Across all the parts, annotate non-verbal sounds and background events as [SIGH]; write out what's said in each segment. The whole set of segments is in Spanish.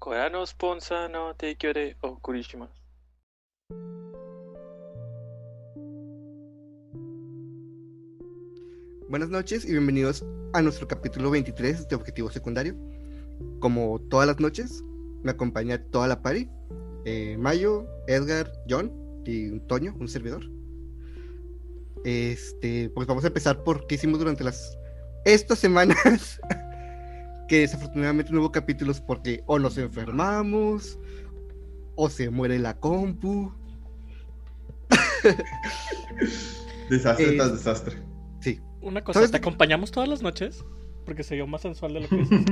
からのスポンサーの提供でお送りします。 Buenas noches y bienvenidos a nuestro capítulo 23 de Objetivo Secundario. Como todas las noches, me acompaña toda la pari, eh, Mayo, Edgar, John y un Toño, un servidor. Este, pues vamos a empezar por qué hicimos durante las estas semanas, [LAUGHS] que desafortunadamente no hubo capítulos porque o nos enfermamos, o se muere la compu, Desastre Eh, tras desastre. Una cosa, ¿Sabes ¿te de- acompañamos todas las noches? Porque se vio más sensual de lo que [LAUGHS] dices.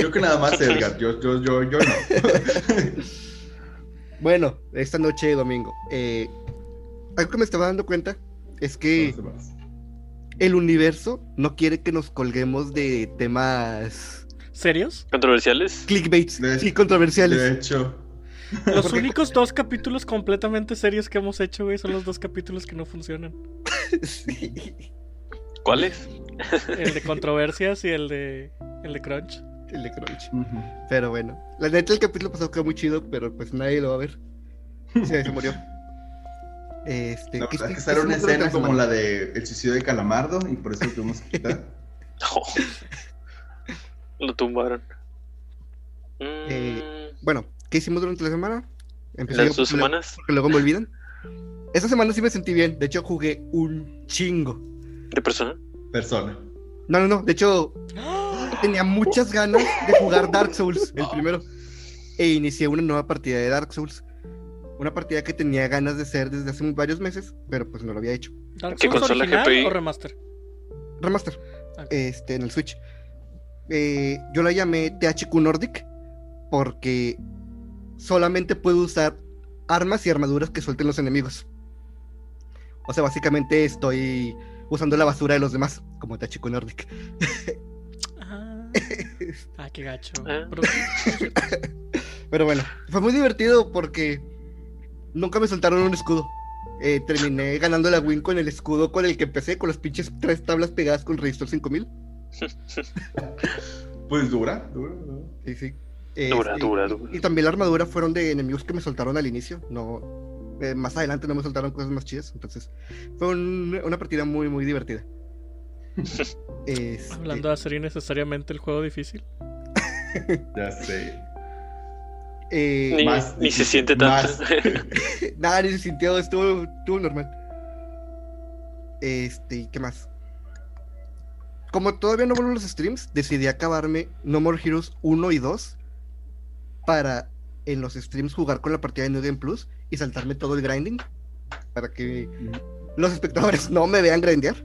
Yo que nada más Edgar, yo, yo, yo, yo no. Bueno, esta noche de domingo. eh, algo que me estaba dando cuenta es que Todos los demás. el universo no quiere que nos colguemos de temas ¿Serios? ¿Controversiales? clickbaits De- y controversiales. De hecho, Los Porque- únicos dos capítulos completamente serios que hemos hecho, güey, son los dos capítulos que no funcionan. [LAUGHS] Sí. ¿Cuáles? [LAUGHS] El de controversias y el de el de crunch. El de Crunch. Pero bueno, la neta el capítulo pasado quedó muy chido, pero pues nadie lo va a ver. Se, se murió. Este, la ¿qué- qué- verdad es qué que sale una hicimos durante escena como semana? la de El suicidio de Calamardo y por eso lo tuvimos que quitar. No. Oh. Lo tumbaron. Mm, Eh, Bueno, ¿qué hicimos durante la semana? Empecé las yo dos porque luego- semanas porque luego me olvidan. Esta semana sí me sentí bien. De hecho, jugué un chingo. de persona. Persona. No, no, no. De hecho, tenía muchas ganas de jugar Dark Souls, el primero. E inicié una nueva partida de Dark Souls. Una partida que tenía ganas de hacer desde hace varios meses, pero pues no lo había hecho. Dark ¿Qué Souls consola original GPI? o remaster? Remaster. Ok. Este, en el Switch. Eh, yo la llamé THQ Nordic porque solamente puedo usar armas y armaduras que suelten los enemigos. O sea, básicamente estoy usando la basura de los demás, como THQ Nordic. Ah, ah, qué gacho. Ah. Pero- Pero bueno, fue muy divertido porque nunca me soltaron un escudo. Eh, terminé ganando la win con el escudo con el que empecé, con las pinches tres tablas pegadas con Resistor 5000. Pues dura, dura, dura. Sí, sí. Eh, Dura, este, dura, y- dura. Y, también la armadura fueron de enemigos que me soltaron al inicio. No, eh, más adelante no me soltaron cosas más chidas. Entonces, fue un- una partida muy, muy divertida. Este, Hablando de hacer innecesariamente el juego difícil. Ya sé. eh, Ni, más ni se difícil, siente tanto. [LAUGHS] Nada, ni se sintió, estuvo, estuvo normal. Este, ¿y qué más? Como todavía no vuelvo a los streams, decidí acabarme No More Heroes 1 y 2 para en los streams jugar con la partida de New Game Plus y saltarme todo el grinding para que los espectadores no me vean grindear.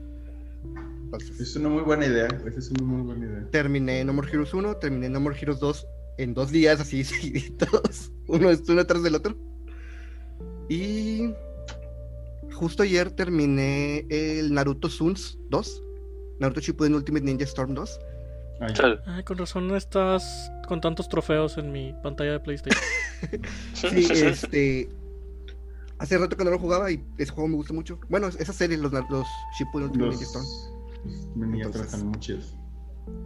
Entonces, Es una muy buena idea. Esa es una muy buena idea. terminé No More Heroes 1, terminé No More Heroes 2 en dos días así [LAUGHS] seguiditos, uno, uno tras del otro. Y justo ayer terminé el Naruto Suns 2, Naruto Shippuden Ultimate Ninja Storm 2. Ay, Chale. Ah, con razón estás con tantos trofeos en mi pantalla de PlayStation. Sí, [LAUGHS] este hace rato que no lo jugaba y ese juego me gusta mucho. Bueno, esa serie los, Nar- los Shippuden Ultimate los Ninja Storm. miniaturas Entonces- están muy chidos.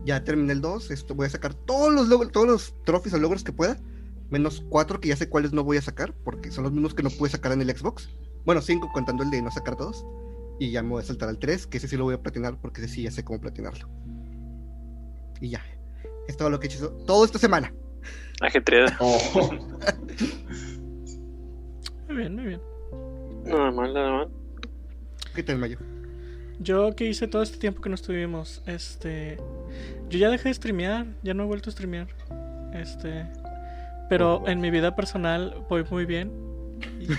Ya terminé el 2, esto voy a sacar todos los logros, todos los trophies o logros que pueda, menos 4 que ya sé cuáles no voy a sacar, porque son los mismos que no pude sacar en el Xbox. Bueno, 5 contando el de no sacar todos. Y ya me voy a saltar al 3, que ese sí lo voy a platinar porque ese sí ya sé cómo platinarlo. Y ya. Es todo lo que he hecho toda esta semana. Ajetreada. [LAUGHS] Oh, Muy bien, muy bien. Nada mal, nada [LAUGHS] mal. ¿Qué tal, Mayo? Yo que hice todo este tiempo que no estuvimos, este. Yo ya dejé de streamear, ya no he vuelto a streamear. Este. Pero en mi vida personal voy muy bien. [LAUGHS]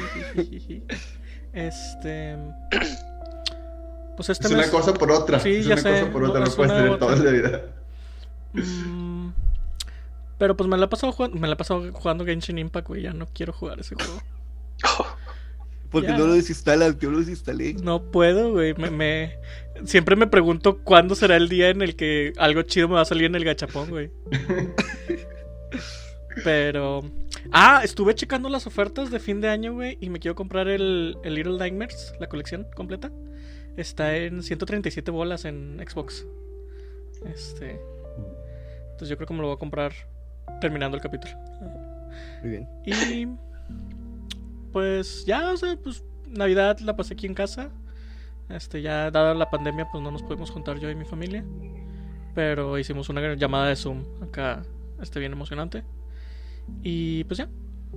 Este. Pues este es una mes. cosa por otra. Sí, es ya una sé, cosa por no, otra. No, es puedes una tener otra. toda la vida. mm, pero pues me la he pasado jugando. Me la he pasado jugando Genshin Impact, güey. Ya no quiero jugar ese juego. Porque Ya. no lo desinstalas, yo lo desinstalé. No puedo, güey. Me, me- Siempre me pregunto cuándo será el día en el que algo chido me va a salir en el gachapón, güey. Pero. Ah, estuve checando las ofertas de fin de año, güey. Y me quiero comprar el, el Little Nightmares, la colección completa. Está en 137 bolas en Xbox. Este. Entonces yo creo que me lo voy a comprar terminando el capítulo. Muy bien. Y pues ya, o sea, pues Navidad la pasé aquí en casa. Este, ya dada la pandemia, pues no nos pudimos juntar yo y mi familia. Pero hicimos una gran llamada de Zoom acá, este bien emocionante. Y pues ya,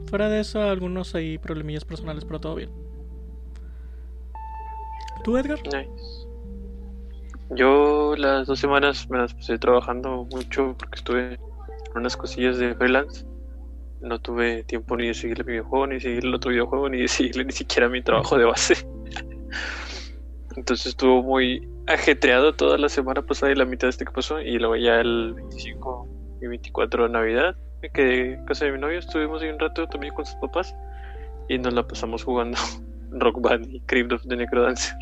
fuera de eso, algunos ahí problemillas personales, pero todo bien. ¿Tú, Edgar? Nice. Yo las dos semanas me las pasé trabajando mucho porque estuve en unas cosillas de freelance. No tuve tiempo ni de seguir el videojuego, ni de seguir el otro videojuego, ni de [LAUGHS] seguirle ni siquiera mi trabajo de base. [LAUGHS] Entonces estuvo muy ajetreado toda la semana pasada y la mitad de este que pasó. Y luego ya el 25 y 24 de Navidad me quedé en casa de mi novio. Estuvimos ahí un rato también con sus papás y nos la pasamos jugando [LAUGHS] Rock Band y Crypt of the Necrodancer.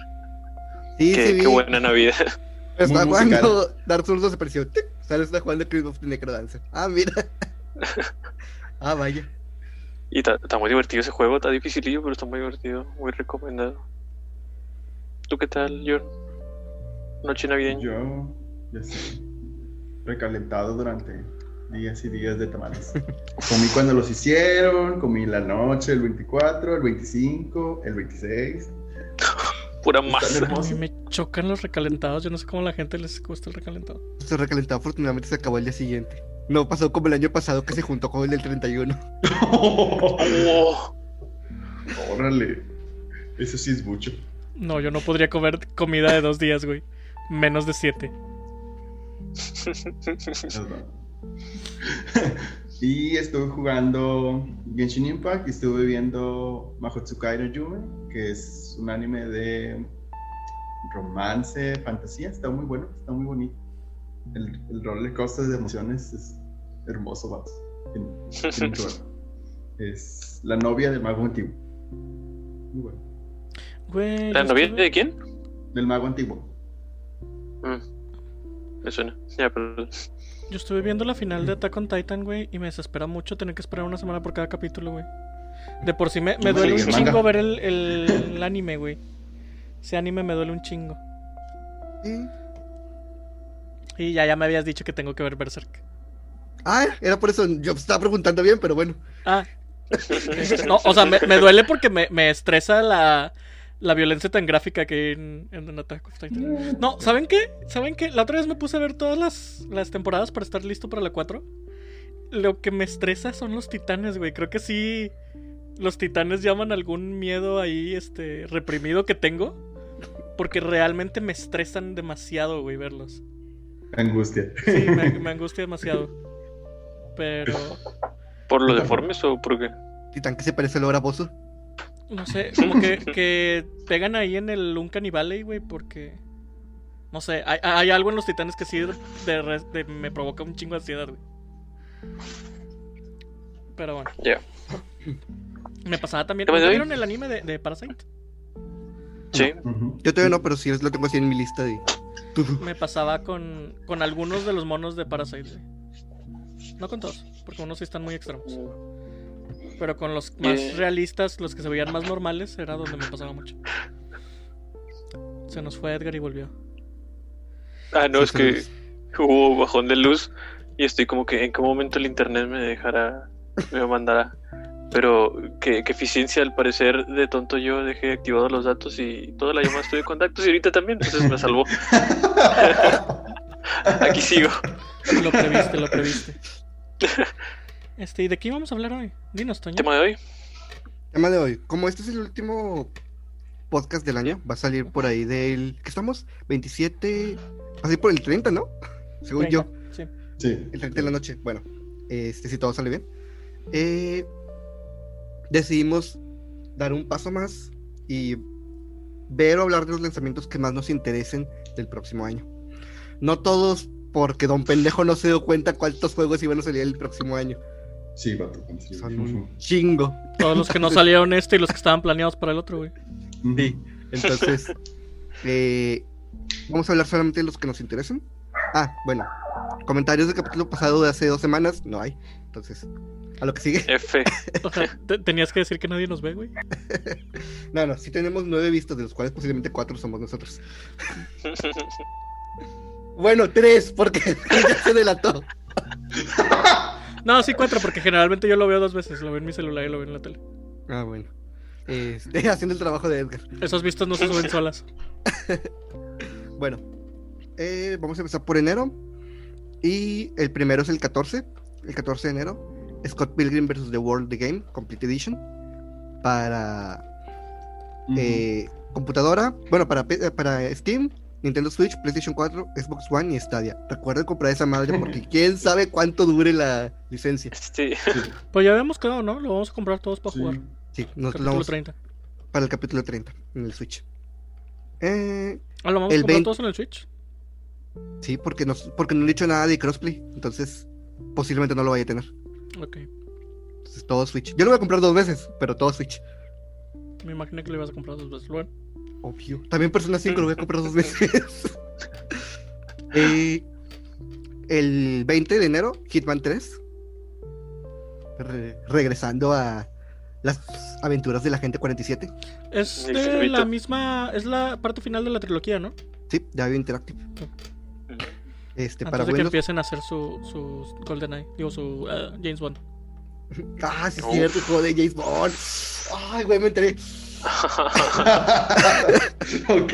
Sí, Qué, sí, qué vi. buena Navidad. [LAUGHS] Está Muy jugando Dark Souls 2 apareció. ¡tic! Sales está jugando Creed of the Necrodancer. [LAUGHS] Ah, mira. ah, vaya. Y está, está muy divertido ese juego, está dificilillo, pero está muy divertido, muy recomendado. ¿Tú qué tal, John? Noche navideña. Yo, ya sé, recalentado durante días y días de tamales. Comí cuando los hicieron, comí la noche, el 24, el 25, el 26. Pura Está masa. A mí hermoso. me chocan los recalentados. Yo no sé cómo a la gente les gusta el recalentado. Se recalentó. Afortunadamente se acabó el día siguiente. No pasó como el año pasado que se juntó con el del 31. [LAUGHS] Oh, Órale, eso sí es mucho. No, yo no podría comer comida de dos días, güey. Menos de siete. Nos vamos. y estuve jugando Genshin Impact y estuve viendo Mahotsukai no Yume, que es un anime de romance, fantasía. Está muy bueno, está muy bonito. El, el roller coaster de emociones es hermoso, vamos. Tiene- tiene mucho valor. Es la novia del mago antiguo. Muy bueno. [LAUGHS] Güey. ¿La yo novia estuve- de quién? Del mago antiguo. Mm, Me suena. Ya, pero. Yo estuve viendo la final de Attack on Titan, güey, y me desespera mucho tener que esperar una semana por cada capítulo, güey. De por sí me, me No duele leí un el manga. chingo ver el, el- el anime, güey. Ese anime me duele un chingo. Sí. Y ya, ya me habías dicho que tengo que ver Berserk. Ah, era por eso. Yo estaba preguntando bien, pero bueno. Ah, este, [LAUGHS] no, o sea, me, [LAUGHS] me duele porque me, me estresa la, la violencia tan gráfica que hay en, en Attack on Titan. No, ¿saben qué? ¿Saben qué? La otra vez me puse a ver todas las, las temporadas para estar listo para la 4. Lo que me estresa son los titanes, güey. Creo que sí. Los titanes llaman algún miedo ahí, este, reprimido que tengo. Porque realmente me estresan demasiado, güey, verlos. Angustia. Sí, me, me angustia demasiado. Pero, ¿Por lo deformes o por qué? Titán que se parece al Bozo. no sé, como que, que pegan ahí en el Uncanny Valley, güey, porque... No sé, hay, hay algo en los titanes que sí de re- de- me provoca un chingo de ansiedad, güey. Pero bueno. Ya. Me pasaba también. ¿Qué pasó, ¿Ya güey? vieron el anime de, de Parasite? Sí. Ujú. Yo todavía no, pero sí lo tengo así en mi lista de. Me pasaba con, con algunos de los monos de Parasite, güey. No con todos, porque unos sí están muy extremos. Pero con los más Eh. realistas, los que se veían más normales, era donde me pasaba mucho. Se nos fue Edgar y volvió. Ah, [LAUGHS] no, es Sí, que hubo bajón de luz y estoy como que en qué momento el internet me dejará, me mandará. Pero qué, qué eficiencia, al parecer, de tonto yo dejé activados los datos y toda la llamada estuve con datos y ahorita también, entonces me salvó. Aquí sigo. Lo previste, lo previste. Este, ¿y de qué íbamos a hablar hoy? Dinos, Toño. Tema de hoy. Tema de hoy. Como este es el último podcast del año, va a salir por ahí del. ¿Qué estamos? 27. Va a salir por el 30, ¿no? Según yo. Venga, sí. Sí. El 30 de la noche. Bueno, este, si todo sale bien. Eh, decidimos dar un paso más y ver o hablar de los lanzamientos que más nos interesen del próximo año. No todos, porque Don Pendejo no se dio cuenta cuántos juegos iban a salir el próximo año. Sí, vato. en serio. Son un chingo. Todos los que no salieron este y los que estaban planeados para el otro, güey. Ujú. Sí. Entonces, [LAUGHS] eh, vamos a hablar solamente de los que nos interesan. Ah, bueno, comentarios del capítulo pasado de hace dos semanas no hay. Entonces, a lo que sigue. F. [LAUGHS] O sea, te- tenías que decir que nadie nos ve, güey. No, no, sí tenemos nueve vistas, de los cuales posiblemente cuatro somos nosotros. [LAUGHS] Bueno, tres, porque ya se delató. No, sí, cuatro, porque generalmente yo lo veo dos veces. Lo veo en mi celular y lo veo en la tele. Ah, bueno. Este, [LAUGHS] haciendo el trabajo de Edgar. Esos vistos no se suben solas. Bueno, eh, vamos a empezar por enero. Y el primero es el 14, el 14 de enero. Scott Pilgrim vs. The World The Game Complete Edition para Ujú. eh, computadora, bueno, para, P- eh, para Steam, Nintendo Switch, PlayStation 4, Xbox One y Stadia. Recuerden comprar esa madre porque quién sabe cuánto dure la licencia. Sí, Pues ya habíamos quedado, ¿no? Lo vamos a comprar todos para Sí. jugar. Sí, nos lo Capítulo vamos 30. para el capítulo 30 en el Switch. Eh, Ah, lo vamos El a comprar 20. todos en el Switch. sí, porque, nos, porque no han dicho nada de crossplay, entonces posiblemente no lo vaya a tener. Ok. Entonces todo Switch. Yo lo voy a comprar dos veces, pero todo Switch. Me imaginé que lo ibas a comprar dos veces. Bueno, Obvio. También Persona 5 lo voy a comprar dos veces. [LAUGHS] Eh, el 20 de enero, Hitman 3. Re- regresando a las aventuras de la gente 47. es El de cerdito. la misma. Es la parte final de la trilogía, ¿no? Sí, de Avio Interactive. Este, para Antes Ah, de que Windows. empiecen a hacer su, su GoldenEye. Digo, su eh, James Bond. Ah, sí, es Uf. cierto, el juego de James Bond. Ay, güey, me enteré. [LAUGHS] ok.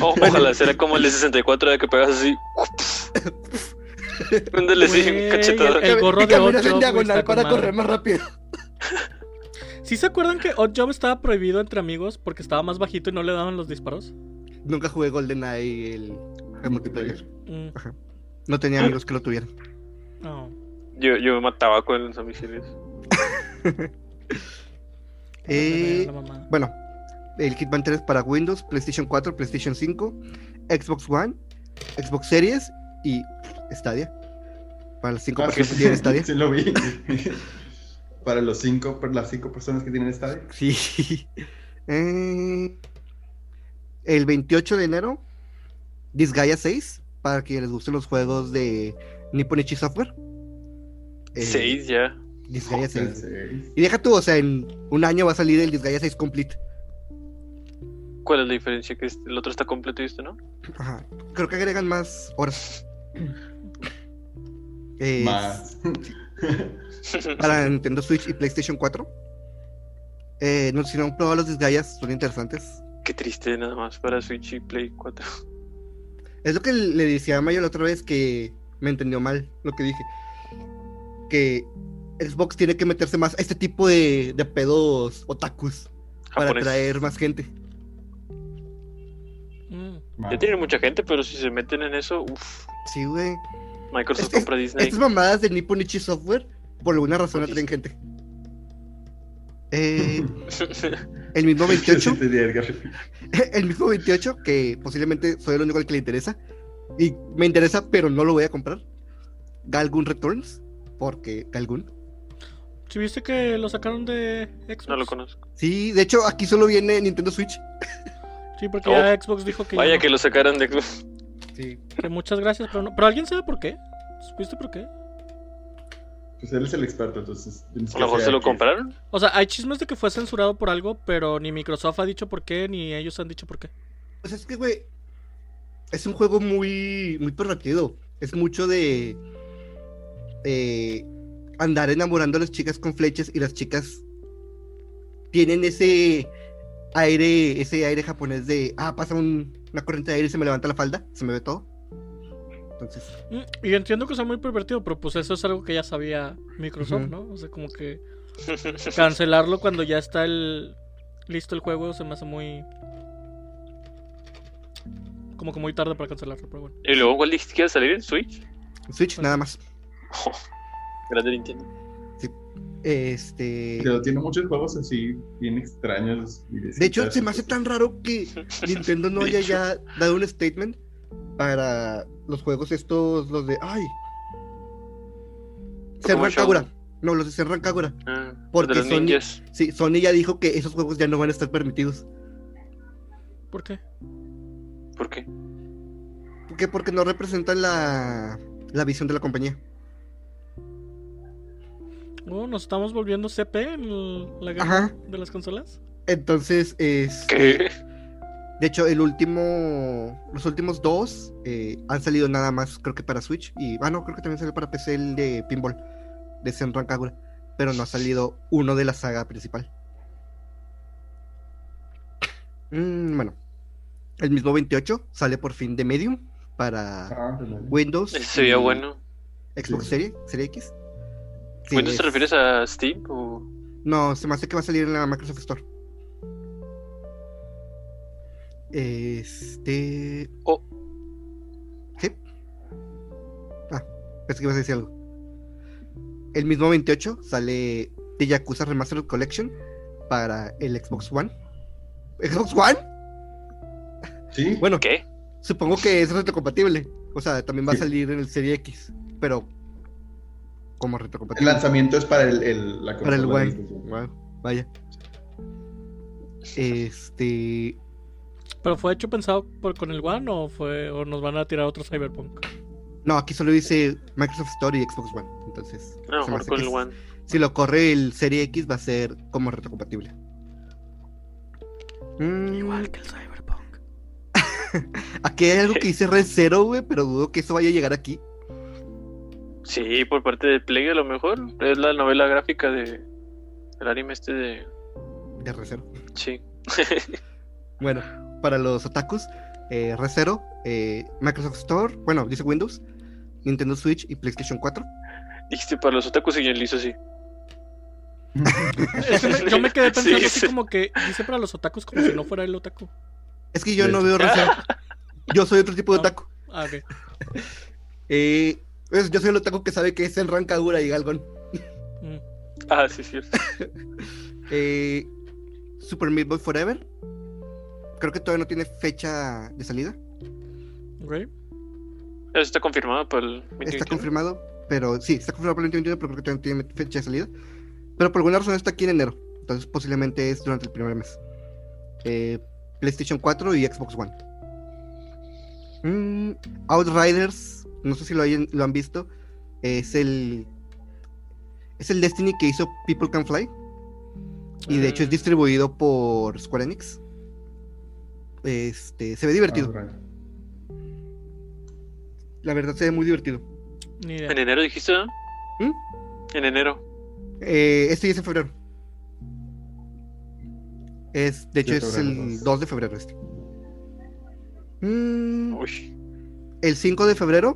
O- oh, ojalá será como el de 64 de que pegas así. [LAUGHS] Ándale, sí, Güey, un cachetadón. El gorro Y de caminas Oddjob, en güey, diagonal está con para madre. correr más rápido. ¿Sí se acuerdan que Oddjob estaba prohibido entre amigos porque estaba más bajito y no le daban los disparos? Nunca jugué GoldenEye el el multiplayer. Mm, No tenía amigos que lo tuvieran. no. Yo, yo me mataba con los homicidios. Eh, La mamada. Bueno, el Hitman 3 para Windows, PlayStation 4, PlayStation 5, Xbox One, Xbox Series y Stadia. Para las 5 Ah, personas que tienen [LAUGHS] Stadia. [LAUGHS] sí, lo vi. Para los cinco, para las cinco personas que tienen estadio. Sí. [LAUGHS] Eh, el 28 de enero, Disgaea 6, para quienes les gusten los juegos de Nipponichi Software. Eh, Seis ya. Disgaea Ah, 6. Seis. Y deja tú, o sea, en un año va a salir el Disgaea 6 Complete. ¿Cuál es la diferencia? Que este- el otro está completo y este no. Ajá. Creo que agregan más horas. Eh, [LAUGHS] Más. Para Nintendo Switch y PlayStation 4. Eh, no, si no han probado los Disgaias, son interesantes. Qué triste nada más para Switch y Play 4. Es lo que le decía a Mayo la otra vez que me entendió mal lo que dije. Que Xbox tiene que meterse más a este tipo de, de pedos otakus para Japonés. atraer más gente. Mm. Más. Ya tienen mucha gente, pero si se meten en eso, uff. Sí, güey. Microsoft Este- compra Disney. Estas mamadas de Nipponichi Software, por alguna razón atraen gente. [LAUGHS] Eh, [LAUGHS] el mismo 28. Sí, sí, Edgar. [LAUGHS] el mismo 28, que posiblemente soy el único al que le interesa. Y me interesa, pero no lo voy a comprar. Galgun Returns, porque Galgun. ¿Sí viste que lo sacaron de Xbox? no lo conozco. Sí, de hecho, aquí solo viene Nintendo Switch. Sí, porque Oh. ya Xbox dijo que, ya Vaya no. que lo sacaron de club. Sí. Que muchas gracias, pero no. ¿Pero alguien sabe por qué? ¿Supiste por qué? Pues él es el experto, entonces. tienes A que lo mejor hacer se lo aquí. compraron. O sea, hay chismes de que fue censurado por algo, pero ni Microsoft ha dicho por qué, ni ellos han dicho por qué. Pues es que, güey, es un juego muy, muy pervertido. Es mucho de eh, andar enamorando a las chicas con flechas y las chicas tienen ese aire, ese aire japonés de, ah, pasa un- una corriente de aire y se me levanta la falda, se me ve todo. Entonces, Mm, Y entiendo que sea muy pervertido, pero pues eso es algo que ya sabía Microsoft, Ujú. ¿no? O sea, como que cancelarlo cuando ya está el listo el juego se me hace muy como que muy tarde para cancelarlo, pero bueno. Y luego, ¿cuál dijiste que iba a salir en Switch? Switch, nada más. Grande Nintendo. Este. Pero tiene muchos juegos así, bien extraños. y De hecho, se me hace tan raro [LAUGHS] que Nintendo no De haya hecho. ya dado un statement para los juegos estos, los de. ¡Ay! Senran Shogun. Kagura. No, los de Senran Kagura. Ah, Porque de los Sony- ninjas. Sí, Sony ya dijo que esos juegos ya no van a estar permitidos. ¿Por qué? ¿Por qué? [LAUGHS] ¿Por qué? Porque no representan la, la visión de la compañía. Oh, nos estamos volviendo CP en el- la guerra Ajá. de las consolas. Entonces, este, es. ¿Qué? De hecho, el último. Los últimos dos eh, han salido nada más, creo que para Switch. Y. Ah, no, creo que también salió para PC el de Pinball. de Senran Kagura, pero no ha salido uno de la saga principal. Mm, bueno, el mismo 28 sale por fin de Medium para Ah, pues, vale. Windows. Se veía y bueno. Xbox Sí. Series, Serie X. Sí, ¿Windows te es- refieres a Steam o...? No, se me hace que va a salir en la Microsoft Store. Este. Oh. ¿Sí? Ah, pensé que ibas a decir algo. El mismo 28 sale The Yakuza Remastered Collection para el Xbox One. ¿Xbox One? Sí, Bueno, ¿Qué? supongo que es retrocompatible. O sea, también va a Sí. salir en el Serie X, pero como el retrocompatible. lanzamiento es para el, el- la Para el consola de One. PlayStation. Guau, [LAUGHS] vaya. Este. ¿Pero fue hecho pensado por, con el One o, fue, o nos van a tirar otro Cyberpunk? No, aquí solo dice Microsoft Store y Xbox One. Entonces, A lo se me Ah, mejor hace con que el One. Si lo corre el Serie X, va a ser como retrocompatible. Mm, Igual que el Cyberpunk. [LAUGHS] Aquí hay algo que dice Red Zero, güey, pero dudo que eso vaya a llegar aquí. Sí, por parte de Play a lo mejor. Es la novela gráfica de... El anime este de... De Red Zero. Sí. [LAUGHS] Bueno, para los otakus, eh, Red Zero, eh, Microsoft Store, bueno, dice Windows, Nintendo Switch y PlayStation 4. Dijiste para los otakus y yo le hizo así. Es que me- yo me quedé [LAUGHS] pensando Sí, así sí. como que dice para los otakus como si no fuera el otaku. Es que yo De no hecho. veo Red [LAUGHS] Zero. Yo soy otro tipo de No. otaku. Ah, ok. Eh, es- yo soy el otaku que sabe que es el Rancagura y Galgón. Mm. Ah, sí, sí. Eh, Super Meat Boy Forever. Creo que todavía no tiene fecha de salida. Ok. Eso está confirmado para el 2021. Está confirmado, pero sí, está confirmado para el 2021, pero creo que todavía no tiene fecha de salida. Pero por alguna razón está aquí en enero. Entonces posiblemente es durante el primer mes. Eh, PlayStation 4 y Xbox One. Mm, Outriders, no sé si lo, hayan- lo han visto. Es el. Es el Destiny que hizo People Can Fly. Y de Ah. hecho Mm. es distribuido por Square Enix. Este, se ve divertido. Ah, right. La verdad se ve muy divertido. Ni En idea. enero dijiste, ¿no? ¿Mm? En enero. Eh, este ya es en febrero. Es, de hecho, Sí, es febrero el dos. 2 de febrero este. Mm, Uy. el 5 de febrero,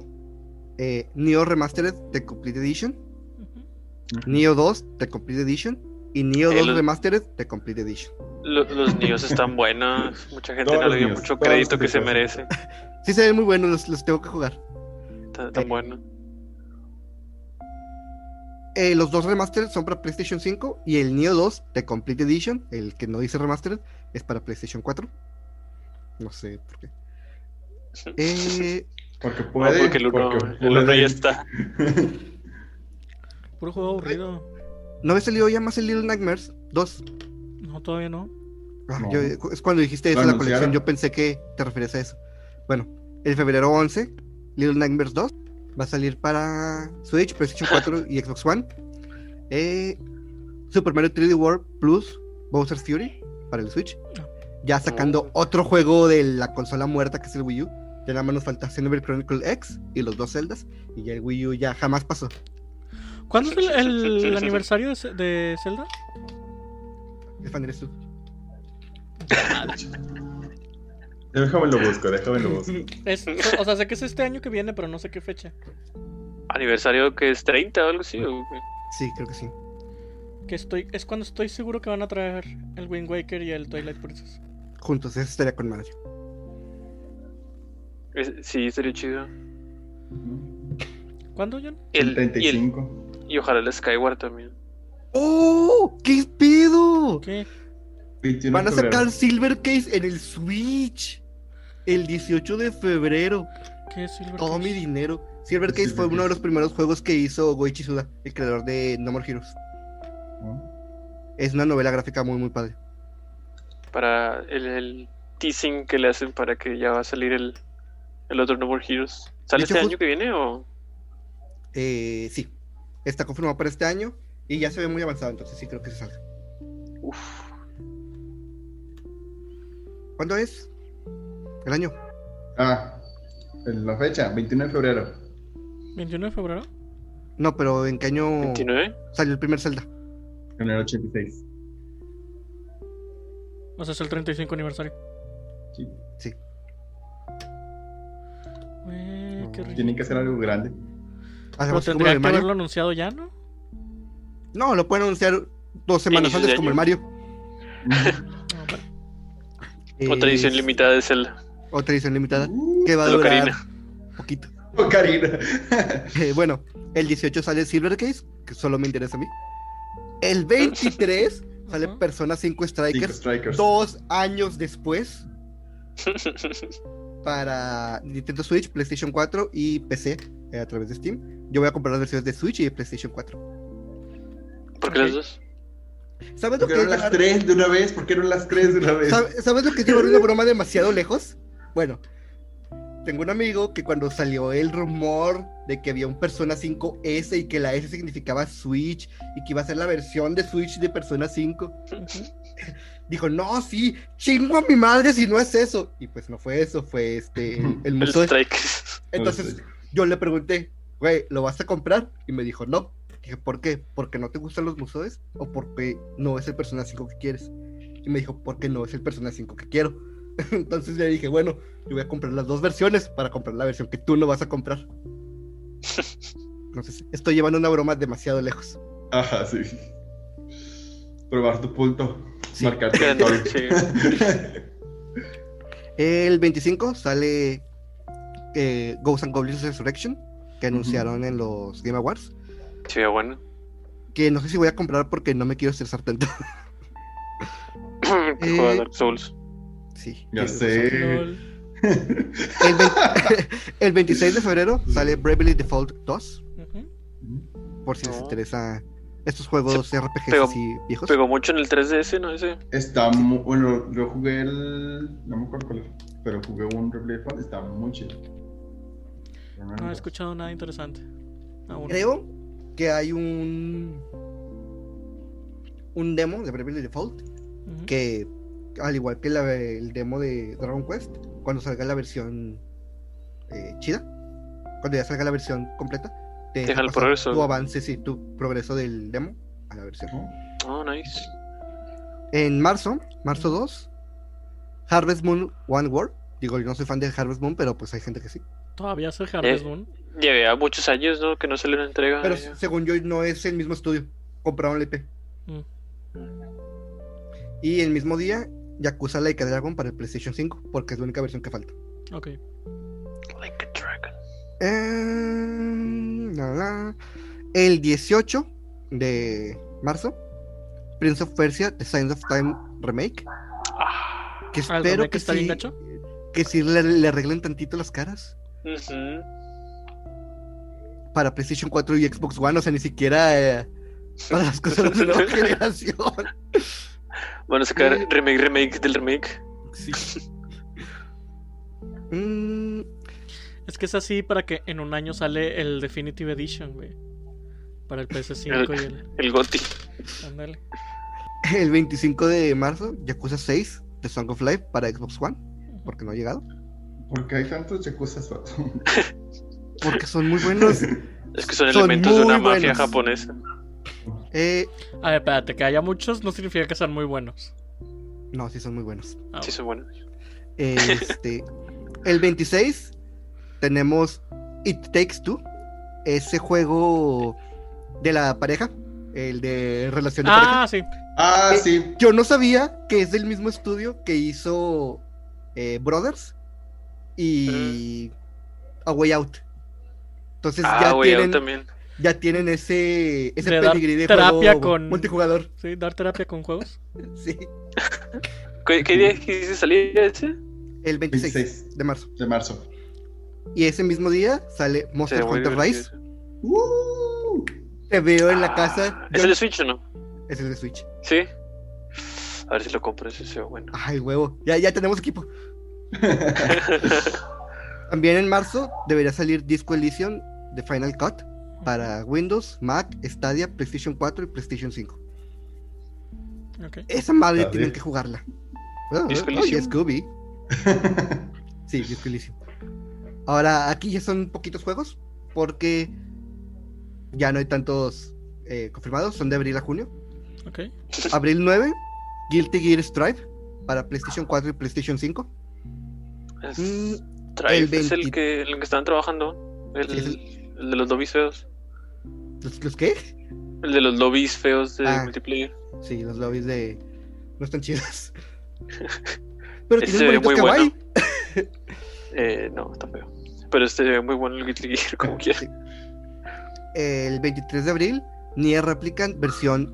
eh, Neo Remastered The Complete Edition, Neo 2 The Complete Edition y Neo El- 2 Remastered The Complete Edition. Lo- los niños están buenos. Mucha gente Todos no le los dio niños, mucho todos crédito los que se niños. merece. Sí, se ven muy buenos, los, los tengo que jugar. Está tan Eh. bueno. Eh, los dos remastered son para PlayStation 5 y el Neo 2 The Complete Edition, el que no dice remastered, es para PlayStation 4. No sé por qué. Eh, Porque [LAUGHS] No, puede. porque el uno, porque el uno puede. ya está. Puro juego aburrido. ¿No había salido ya más el Little Nightmares 2? No, todavía no. Ah, No. yo- es cuando dijiste Lo eso en la anunciaron. colección, yo pensé que te referías a eso. Bueno, el febrero 11, Little Nightmares 2 va a salir para Switch, [LAUGHS] PlayStation 4 y Xbox One. Eh, Super Mario 3D World Plus Bowser's Fury para el Switch. Ya sacando Oh. otro juego de la consola muerta que es el Wii U. Ya nada más nos falta Xenoblade Chronicle X y los dos Zeldas. Y ya el Wii U ya jamás pasó. ¿Cuándo es el, [LAUGHS] el aniversario de, Ce- de Zelda? El fan eres tú. [LAUGHS] Déjame lo busco, déjame lo busco. Es- o sea, sé que es este año que viene, pero no sé qué fecha. Aniversario que es 30 o algo así. o- Sí, creo que sí. Que estoy, es cuando estoy seguro que van a traer el Wind Waker y el Twilight Princess. Juntos, eso estaría con madre. es- Sí, sería chido. ¿Cuándo, John? El, y, el- 35. y ojalá el Skyward también. ¡Oh! ¡Qué pedo! ¿Qué? 21 Van a de febrero. sacar Silver Case en el Switch el 18 de febrero. ¿Qué es Silver Todo Crush? Oh, mi dinero. Silver El Case Silver fue uno de Case. los primeros juegos que hizo Goichi Suda, el creador de No More Heroes. Es una novela gráfica muy, muy padre. Para el, el teasing que le hacen para que ya va a salir el, el otro No More Heroes. ¿Sale De hecho, este ju- año que viene o...? Eh, sí, está confirmado para este año y ya se ve muy avanzado, entonces sí creo que se salga. Uf. ¿Cuándo es? El año. Ah, en la fecha, 21 de febrero. ¿21 de febrero? No, pero ¿en qué año ¿29? salió el primer Zelda? En el 86. O sea, es el 35 aniversario. Sí. Güey, Eh, qué No. rico. Tienen que hacer algo [LAUGHS] grande. Pero Hacemos como tendría de que haberlo Mario. anunciado ya, ¿no? No, lo pueden anunciar dos semanas Inicios antes de como el año. Mario. No, bueno. Otra Eh, edición limitada de Zelda. Otra edición limitada. Uh, Que va a de durar Ocarina. poquito. [LAUGHS] Ocarina. Eh, bueno, el 18 sale Silver Case, que solo me interesa a mí. El 23 sale Ajá. Persona 5 Cinco Strikers. Strikers. Dos años después para Nintendo Switch, PlayStation 4 y PC eh, a través de Steam. Yo voy a comprar las versiones de Switch y de PlayStation 4. ¿Por qué Ok. las dos? ¿Sabes lo ¿Por qué que es no las llevar, tres de una vez? ¿Por qué no las tres de una vez? sab- ¿sabes lo que es llevar una broma demasiado lejos? Bueno, tengo un amigo que cuando salió el rumor de que había un Persona 5S y que la S significaba Switch y que iba a ser la versión de Switch de Persona 5, dijo, no, sí, chingo a mi madre si no es eso. Y pues no fue eso, fue este, el, el El mundo [LAUGHS] de- Strikers. Entonces, yo le pregunté, güey, ¿lo vas a comprar? Y me dijo, no. Dije, ¿por qué? ¿Porque no te gustan los museos? ¿O porque no es el Persona 5 que quieres? Y me dijo, porque no es el Persona 5 que quiero. [LAUGHS] Entonces le dije, bueno, yo voy a comprar las dos versiones para comprar la versión que tú no vas a comprar. Entonces, estoy llevando una broma demasiado lejos. Ajá, sí. Probar tu punto. Sí. Marcar tu [LAUGHS] Grande, territorio. sí. El 25 sale eh, Ghosts and Goblins Resurrection, que Ujú. anunciaron en los Game Awards. Se veía bueno. Que no sé si voy a comprar porque no me quiero estresar tanto. [LAUGHS] Que Eh, juega Dark Souls. Sí. Ya que- sé. Lol. El, vein- [LAUGHS] el 26 de febrero sale Bravely Default 2, Ujú. por si les No. interesa estos juegos RPGs pegó- así viejos. Pegó mucho en el 3DS, ¿no? Ese. Está muy. Bueno, yo jugué el. No me acuerdo cuál era, Pero jugué un replay fan. Está muy chido. Ah, No he escuchado nada interesante. Ah, Aún. Creo que hay un un demo de Bravely Default Ujú. que al igual que la- el demo de Dragon Quest, cuando salga la versión eh, chida, cuando ya salga la versión completa, te Deja el pasar progreso. tu avance, sí, tu progreso del demo a la versión. Ajá. Oh, nice. En marzo, marzo 2, Harvest Moon One World. Digo, yo no soy fan de Harvest Moon, pero pues hay gente que sí. Todavía hace Harvest Eh, Moon. Llevaba muchos años, ¿no? Que no salió una Ah, entrega. Pero Ya. según yo, no es el mismo estudio. Compraron la IP. Mm. Y el mismo día, Yakuza Laika Dragon para el PlayStation 5, porque es la única versión que falta. Ok. Like a dragon. Eh, la, la. El 18 de marzo, Prince of Persia, The Signs of Time Remake. Ah. Que Ah, el espero remake que está sí, bien gacho. que sí le, le arreglen tantito las caras. Ujú. para PlayStation 4 y Xbox One, o sea, ni siquiera eh, para las cosas de nueva generación. Van a sacar Eh. remake, remake del remake. Sí. Mm, Es que es así para que en un año sale el Definitive Edition, güey. Para el PS5 y el. El Goti. Ándale. el 25 de marzo, Yakuza 6, The Song of Life para Xbox One, porque no ha llegado. ¿Por qué hay tantos yakuza vato? Porque son muy buenos. [LAUGHS] Es que son, Son elementos de muy una mafia buenos. japonesa. Eh, A ver, espérate, que haya muchos no significa que sean muy buenos. no, sí son muy buenos. Ah, Sí, son buenos. Este, el 26 tenemos It Takes Two, ese juego de la pareja, el de relación de pareja. Ah, sí. Ah, Eh, sí. Yo no sabía que es del mismo estudio que hizo eh, Brothers y A Way Out. Entonces Ah, Pues ya, güey, yo tienen, también. ya tienen ese, ese De dar pedigrí de terapia juego con- multijugador. [LAUGHS] Sí, dar terapia con juegos. Sí, ¿Qué, qué Mm. día quisiste salir ese? el 26, 26. de marzo. De marzo. Y ese mismo día sale Se Monster ve muy Hunter Rise. divertido. Uh, Te veo en la Ah, casa. ¿Es yo- el de Switch o no? Es el de Switch. Sí. A ver si lo compro, ese se ve bueno. [LAUGHS] Ay, huevo. Ya, ya tenemos equipo. También en marzo debería salir Disco Elysium de Final Cut para Windows, Mac, Stadia, PlayStation 4 y PlayStation 5. Ok. Esa madre Está tienen bien. que jugarla. Oh, ¿Disco oh, Elysium? oye, Scooby. Sí, Disco Elysium. Ahora, aquí ya son poquitos juegos porque Ya no hay tantos eh, confirmados, son de abril a junio. Ok. Abril 9, Guilty Gear Strive para PlayStation 4 y PlayStation 5. Es, Mm, Drive el es 20. el que, el que están trabajando. El, Sí, es el de los lobbies feos. ¿los, los qué? El de los lobbies feos de Ah. multiplayer. Sí, los lobbies de. No están [LAUGHS] chidos. Pero Ese tienen se ve bonitos muy kawaii. Eh, no, está feo. Pero este se ve muy bueno el Guilty Gear, [LAUGHS] como quiera. Sí. El 23 de abril, Nier Replicant versión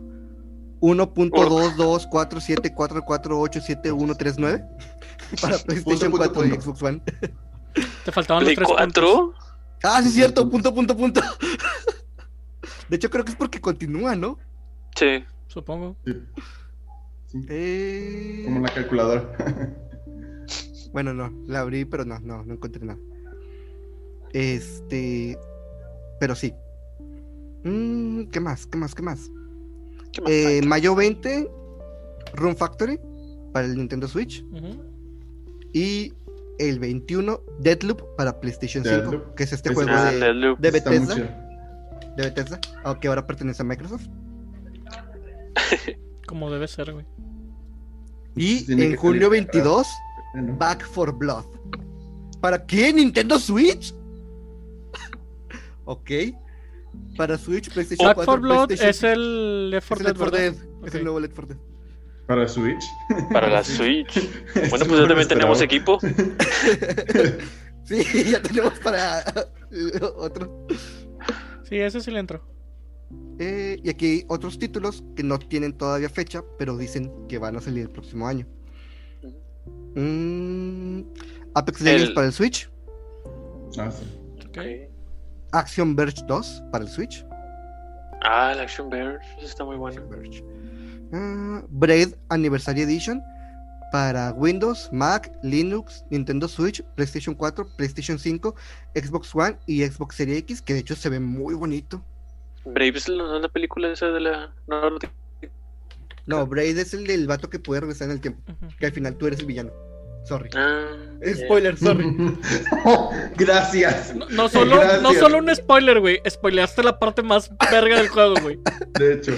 1.22474487139 para PlayStation punto, 4 y punto. Xbox One. Te faltaban los ¿Play tres puntos. 4? Ah, sí, es cierto, punto, punto, punto. [LAUGHS] De hecho, creo que es porque continúa, ¿no? Sí. Supongo. [LAUGHS] Sí, Eh, como la calculadora. Bueno, no, la abrí, pero no, no, no encontré nada. Este. Pero sí. Mm, ¿Qué más? ¿Qué más? ¿Qué más? ¿Qué más Eh, hay? mayo 20, Room Factory para el Nintendo Switch. Ujú. Y el 21, Deadloop para PlayStation 5, Deadloop. que es este Es- juego ah, de, Deadloop. de Está muy Bethesda, chido. Pues de Bethesda, aunque ahora pertenece a Microsoft. Como debe ser, güey. Y Tiene en que julio salir. 22, Bueno, Back for Blood. ¿Para qué? ¿Nintendo Switch? ok. Para Switch, PlayStation Back 4, for Blood PlayStation es el Left Es 4 el Dead, Left 4 ¿verdad? Dead, es el Ok. nuevo Left 4 Dead. Para Switch. Para la Switch. Bueno, Esto pues no ya lo también tenemos esperaba. equipo. [LAUGHS] Sí, ya tenemos para [LAUGHS] otro. Sí, ese sí le entró. Eh, y aquí hay otros títulos que no tienen todavía fecha, pero dicen que van a salir el próximo año. Mm, Apex Legends El- para el Switch, Ah, sí. Ok. Action Verge 2 para el Switch, Ah, el Action Bear. Eso está muy bueno. Verge. Ah, Braid Anniversary Edition para Windows, Mac, Linux, Nintendo Switch, PlayStation 4, PlayStation 5, Xbox One y Xbox Series X, que de hecho se ve muy bonito. Brave es la, la película esa de la. No, no, te- No, Braid es el del vato que puede regresar en el tiempo, Ujú. que al final tú eres el villano. Sorry. Ah, Spoiler, sorry. [LAUGHS] Gracias. No, no solo, Gracias. no solo un spoiler, güey. Spoileaste la parte más verga del juego, güey. De hecho,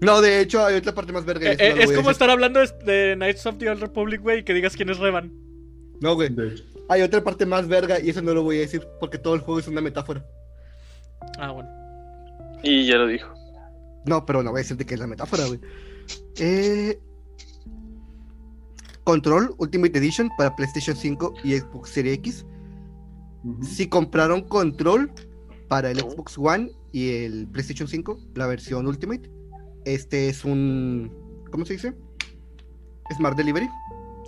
No, de hecho, hay otra parte más verga. y Eh, [LAUGHS] eso eh, no lo es voy a como decir. estar hablando de, de Knights of the Old Republic, güey, y que digas quién es Revan. No, güey. de hecho. Hay otra parte más verga y eso no lo voy a decir porque todo el juego es una metáfora. Ah, bueno. ya. Y ya lo dijo. No, pero no voy a decirte que es la metáfora, güey. Eh, Control Ultimate Edition para PlayStation 5 y Xbox Series X. Ujú. Si compraron Control para el Oh. Xbox One y el PlayStation 5, la versión Ultimate, este es un. ¿Cómo se dice? Smart Delivery.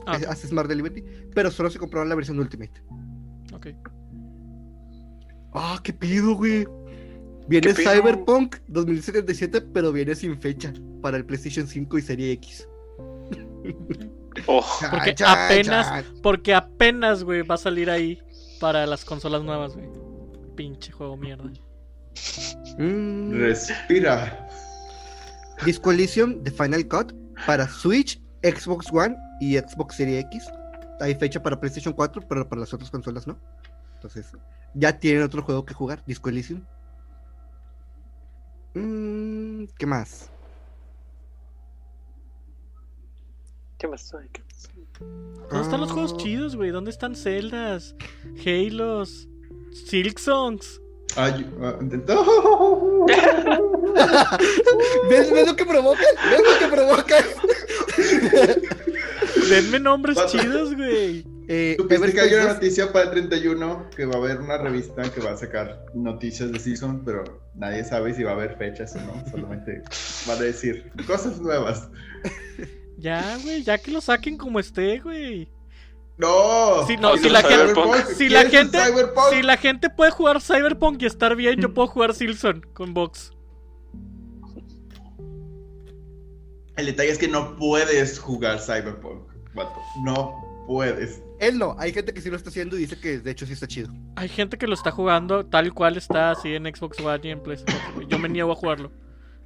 Ah, Es- Hace Smart Delivery, pero solo se compraron la versión Ultimate. ok. Ah, qué pido, güey. Viene ¿Qué pido? Cyberpunk 2077, pero viene sin fecha para el PlayStation 5 y Serie X. Oh, Chan, Porque chan, apenas- chan. Porque apenas, güey, va a salir ahí para las consolas nuevas, güey. Pinche juego mierda. Mm, Respira. Disco Elysium de Final Cut para Switch, Xbox One y Xbox Serie X. Hay fecha para PlayStation 4, pero para las otras consolas no. Entonces, ya tienen otro juego que jugar, Disco Elysium. Mm, ¿Qué más? ¿qué más hay? ¿Qué más hay? ¿Dónde están los juegos Ah, chidos, güey? ¿Dónde están Zeldas? Halos. Silk Songs. Ay, ah, de- [LAUGHS] no. ¿Ves, ves lo que provocas? ¿Ves lo que provocas? Denme nombres Vas- chidos, güey. Eh, Supiste Ever que hay Quest una dos. noticia para el 31 que va a haber una revista que va a sacar noticias de Season, pero nadie sabe si va a haber fechas o no. Solamente van a decir cosas nuevas. Ya, güey, ya que lo saquen como esté, güey. No. Sí, no, ¿Quieres si un la gente- Cyberpunk? si la ¿Quieres un gente- Cyberpunk? Si la gente puede jugar Cyberpunk y estar bien, Mm. yo puedo jugar Silson con Vox. El detalle es que no puedes jugar Cyberpunk. vato. No puedes. Él no, hay gente que sí lo está haciendo y dice que de hecho sí está chido. Hay gente que lo está jugando tal cual está así en Xbox One y en PlayStation. güey. Yo me niego a jugarlo.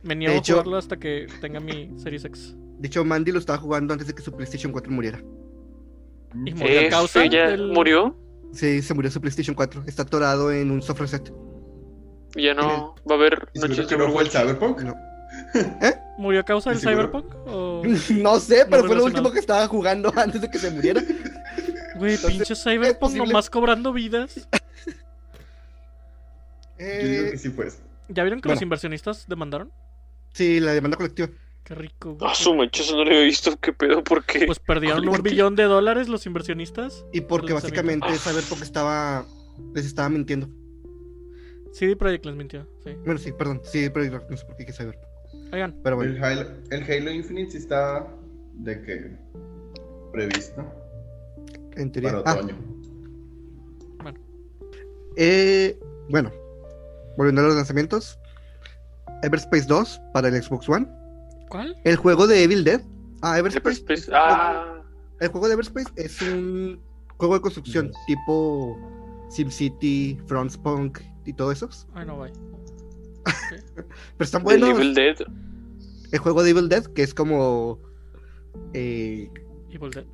Me niego De hecho- a jugarlo hasta que tenga mi Series X. De hecho, Mandy lo estaba jugando antes de que su PlayStation 4 muriera. Y murió a Eh, causa ¿Ya del- murió? Sí, se murió su PlayStation 4. Está atorado en un soft reset. Ya no va a haber Espero noches que de no fue el Overwatch. Cyberpunk. Ah, No. [LAUGHS] ¿Murió a causa del ¿Seguro? Cyberpunk? O- No sé, pero No fue lo relacionado. último que estaba jugando [LAUGHS] antes de que se muriera. Güey, pinche Cyberpunk posible. nomás cobrando vidas. Yo digo que Eh, sí, pues. ¿Ya vieron que los Bueno. inversionistas demandaron? sí, la demanda colectiva. Qué rico. güey. Ah, su mancha, eso no lo he visto. ¿Qué pedo? ¿Por qué? Pues perdieron ¿Por un qué? billón de dólares los inversionistas. Y porque Por lanzamiento. Ah. básicamente Cyberpunk estaba. Les estaba mintiendo. CD Projekt les mintió, sí. Bueno, sí, perdón. Sí, pero no sé por qué dije Cyberpunk. Oigan, Pero bueno. El Halo, el Halo Infinite sí está de que previsto En teoría. para Ah, otoño. eh, bueno, volviendo a los lanzamientos: Everspace 2 para el Xbox One. ¿cuál? El juego de Evil Dead. Ah, Everspace. Everspace. Ah, El juego de Everspace es un juego de construcción tipo SimCity, Frostpunk y todo eso. Ay, no, bye. Pero están el buenos. Evil Dead. El juego de Evil Dead, que es como. eh, Evil Dead.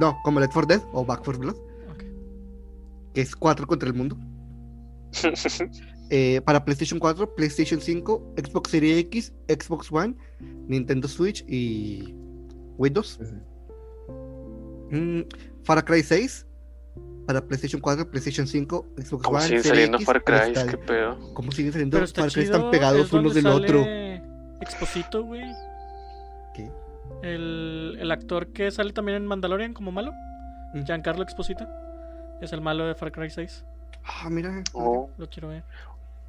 no, como Left 4 Dead o Back 4 Blood, Ok. que es 4 contra el mundo. Eh, para PlayStation 4, PlayStation 5, Xbox Series X, Xbox One, Nintendo Switch y Windows. Pues sí. Mm, Far Cry 6 para PlayStation 4, PlayStation 5, Xbox [LAUGHS] Como One. siguen Series saliendo X, Far pero Cry, está- qué pedo. ¿Cómo siguen saliendo Pero está Far Cry? chido. Están pegados es unos donde del otro. sale Exposito, güey. ¿Qué? El, el actor que sale también en Mandalorian como malo. Mm. Giancarlo Exposito. Es el malo de Far Cry 6. Ah, mira. Oh. Lo quiero ver.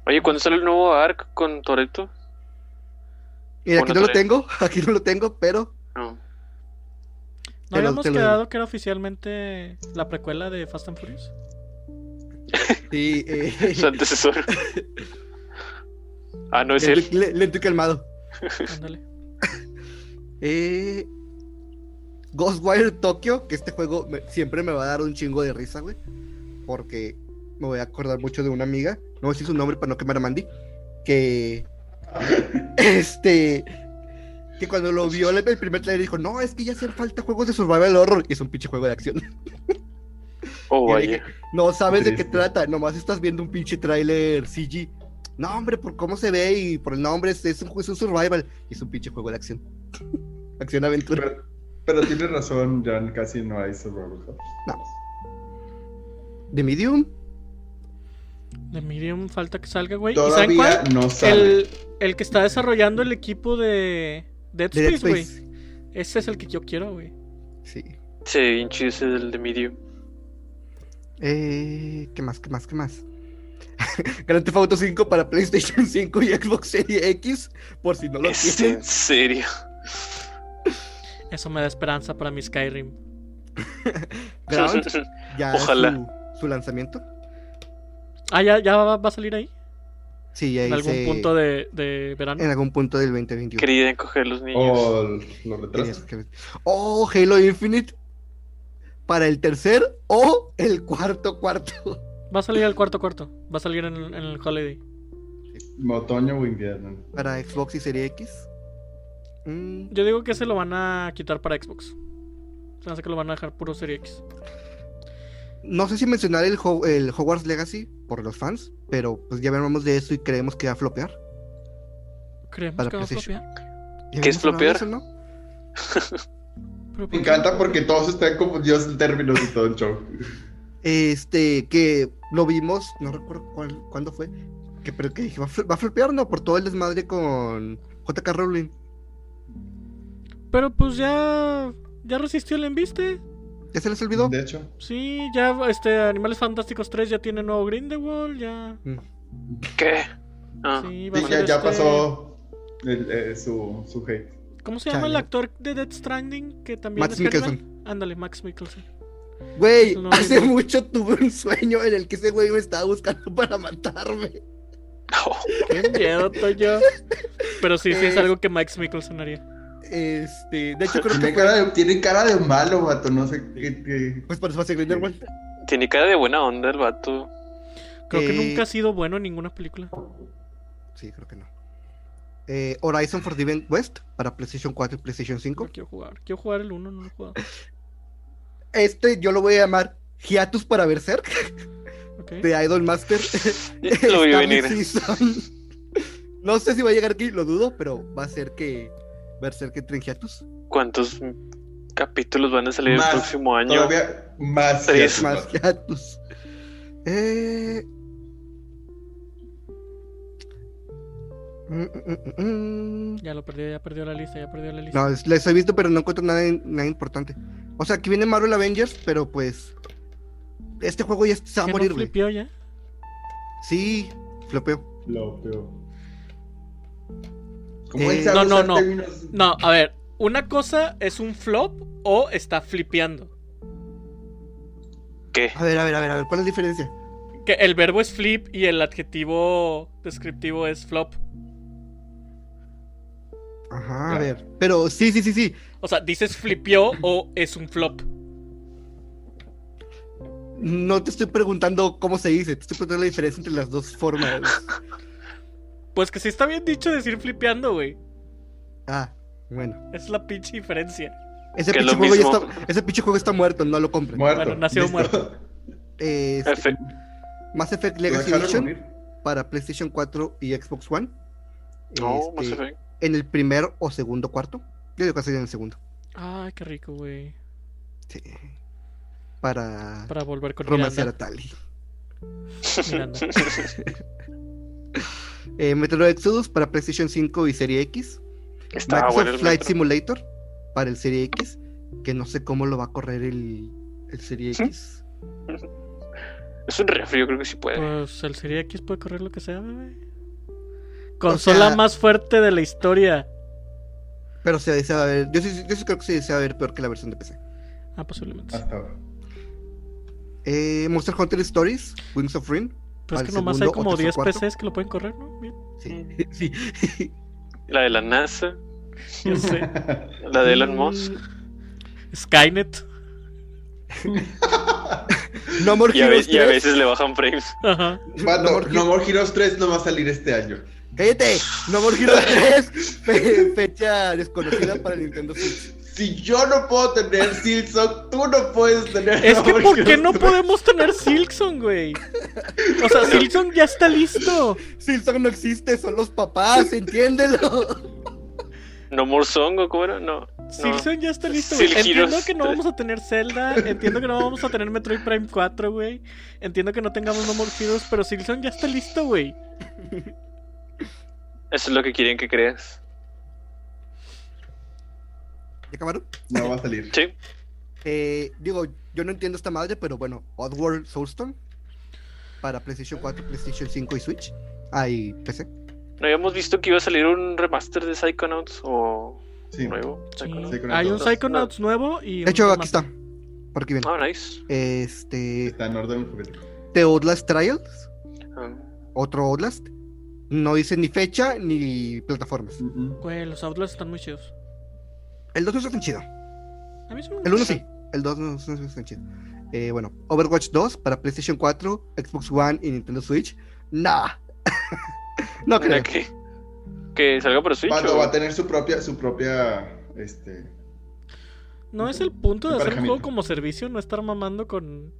Oye, ¿cuándo sale el nuevo Ark con Toreto? Mira, aquí Bueno, no lo trae- tengo, [LAUGHS] aquí no lo tengo, pero No. ¿No Te lo- habíamos te lo quedado que era oficialmente la precuela de Fast and Furious? [LAUGHS] sí, [LAUGHS] eh, Su antecesor. ah, no es él. lento, le- lento y calmado. Ándale. Eh, Ghostwire Tokyo, que este juego me- siempre me va a dar un chingo de risa, güey. Porque me voy a acordar mucho de una amiga, no voy a decir su nombre para no quemar a Mandy, [LAUGHS] que. Este. Que cuando lo vio el el primer trailer dijo: No, es que ya hacen falta juegos de survival horror. Y es un pinche juego de acción. Oh, Yo dije, vaya. No sabes de qué Triste. trata, nomás estás viendo un pinche tráiler CG. No, hombre, por cómo se ve y por el nombre, es, es un, es un survival. Y es un pinche juego de acción. [LAUGHS] Acción-aventura. Pero, pero tienes razón, Jan, casi no hay survival horror. No. ¿De Medium? De Medium falta que salga, güey. ¿Y saben Todavía cuál? no sale. El, el que está desarrollando el equipo de Dead De Dead Space, güey. Space. Ese es el que yo quiero, güey. Sí. Sí, hinche ese del de Medium. Eh, ¿Qué más? ¿Qué más? ¿Qué más? [LAUGHS] Grand Theft Auto 5 para PlayStation 5 y Xbox Series X, por si no lo Es tienen. en serio. Eso me da esperanza para mi Skyrim. [LAUGHS] Ground, ya Ojalá. Su, su lanzamiento. Ah, ¿ya, ya va, va a salir ahí? Sí, ya En algún hice- punto de, de verano. en algún punto del 2021. Querida encoger los niños. O Oh, los retrasos. Oh, Halo Infinite para el tercer o el cuarto cuarto. [LAUGHS] Va a salir al cuarto cuarto. Va a salir en, el- en el Holiday. Otoño o invierno. Para Xbox y Series X. Mm, Yo digo que ese lo van a quitar para Xbox. Se me hace que lo van a dejar puro Serie X. no sé si mencionar el, Ho- el Hogwarts Legacy por los fans, pero pues ya hablamos de eso y creemos que va a flopear. Creemos Para que va a PlayStation. copiar. Ya ¿Qué es habíamos hablado flopear? de eso, ¿no? Pero pues Me ¿por qué? encanta porque todos están confundidos en términos y todo el show. Este, que lo vimos, no recuerdo cuál, cuándo fue, que, pero que dije, ¿va a, fl- va a flopear no? Por todo el desmadre con JK Rowling. Pero pues ya. Ya resistió el embiste. ¿Ya se les olvidó? De hecho. Sí, ya este Animales Fantásticos 3 ya tiene nuevo Grindelwald, ya. Mm. ¿Qué? Ah, [LAUGHS] Sí, va a Sí, ser ya, ya este- pasó el- eh, su, su hate. ¿Cómo se llama Chale. el actor de Death Stranding que también Max es Hannibal? Ándale, Max Mikkelsen. Güey, Es un hace hombre. mucho tuve un sueño en el que ese güey me estaba buscando [LAUGHS] para matarme. no. Qué [LAUGHS] miedo, Toyo. Pero sí, sí es Eh. algo que Max Mikkelsen haría. Este, de hecho creo que Tiene fue, cara de, tiene cara de malo, vato. No sé qué. qué- pues por eso hace Grindelwald. Tiene cara de buena onda el vato. Creo que Eh. nunca ha sido bueno en ninguna película. Sí, creo que no. Eh, Horizon Forbidden West para PlayStation 4 y PlayStation No 5. quiero jugar. Quiero jugar el 1, no lo he jugado. Este yo lo voy a llamar Hiatus para ver Ok. de Idol Master. [LAUGHS] Lo vi está venir. mid-season. No sé si va a llegar aquí, lo dudo, pero va a ser que va a ser que Trengiatus. ¿Cuántos capítulos van a salir Más. el próximo año? Todavía más. Tres. que- Más que Atus. Eh... Mm, mm, mm, mm. Ya lo perdió, ya perdió la lista, ya perdió la lista. No, es- les he visto, pero no encuentro nada, nada importante. O sea, aquí viene Marvel Avengers, pero pues. Este juego ya se va a ¿Qué no morir, güey. flipió ya? Sí, flopeo. Lo peor. Como Eh, él sabe no, no, usar no. términos- No, a ver, una cosa es un flop o está flipeando. ¿Qué? A ver, a ver, a ver, a ver, ¿cuál es la diferencia? Que el verbo es flip y el adjetivo descriptivo es flop. Ajá, a Ya. ver. Pero sí, sí, sí, sí. O sea, dices flipió o es un flop. No te estoy preguntando cómo se dice, te estoy preguntando la diferencia entre las dos formas. Pues que sí está bien dicho decir flipeando, güey. Ah, bueno. Es la pinche diferencia. Ese Que es pinche, lo juego ya mismo. está, ese pinche juego está muerto, no lo compren. Muerto. Bueno, nació muerto. Eh, este, Efe- Mass Effect Lo Legacy dejaron Edition morir. para PlayStation 4 y Xbox One. No, Este, Mass Effect. En el primer o segundo cuarto. Yo digo que sería en el segundo. Ay, qué rico, güey. Sí. Para, Para volver con romancear Miranda. a Tali. Miranda. Eh, Metro Exodus para PlayStation 5 y Serie X. Estaba Microsoft bueno el Flight metro. Simulator para el Serie X, que no sé cómo lo va a correr el, el Serie X. Es un refri, yo creo que sí Mm. puede. Pues el Serie X puede correr lo que sea, bebé. Consola sea- más fuerte de la historia. Pero se desea ver, yo sí, yo sí creo que se desea ver peor que la versión de PC. Ah, posiblemente. sí. Hasta ahora. Eh, Monster Hunter Stories, Wings of Rain. Pero es al que nomás hay segundo, o como tercer 10 cuarto. PCs que lo pueden correr, [LAUGHS] ¿no? Bien, Sí, sí. La de la NASA, [LAUGHS] ya sé. la de Elon Musk. Mm, Skynet. No More Y a, ve- Heroes y a 3. veces le bajan frames. [LAUGHS] Ajá. No Vato, no, More more Heroes- Heroes 3 no va a salir este año. ¡Cállate! No More Heroes 3. [LAUGHS] fe- fecha desconocida para Nintendo Switch. Si yo no puedo tener Silksong, tú no puedes tener Es No que More ¿por qué Heroes no 3? podemos tener Silkson, güey? O sea, Silkson ya está listo. Silson no existe, son los papás, entiéndelo. No More Song, ¿o cómo era? No. Silkson ya está listo, güey. Silk Entiendo Heroes que no tres. vamos a tener Zelda, entiendo que no vamos a tener Metroid Prime 4, güey. Entiendo que no tengamos No More Heroes, pero Silkson ya está listo, güey. Eso es lo que quieren que creas. ¿Ya acabaron? No va a salir. Sí. Eh, digo, yo no entiendo esta madre, pero bueno, Oddworld Soulstone para PlayStation 4, PlayStation 5 y Switch. Ah, y PC. ¿No habíamos visto que iba a salir un remaster de Psychonauts o Sí. nuevo? Sí. Psychonauts. Psychonauts Hay un dos. Psychonauts nuevo y. De hecho, aquí está. Por aquí viene. Ah, nice. Este. Está en orden el juguete. The Outlast Trials. Ah, Otro Outlast. No dice ni fecha ni plataformas. Mm, mm. Güey, los Outlaws están muy chidos. El 2 no es tan chido. A mí son El 1 sí. El 2 no, no es tan chido. Eh, bueno, Overwatch 2 para PlayStation 4, Xbox One y Nintendo Switch. Nah. [LAUGHS] no creo. mira que, que salga para Switch. Vato o- Eh, va a tener su propia, su propia, este... No es el punto de hacer un Emparejamiento. juego como servicio, no estar mamando con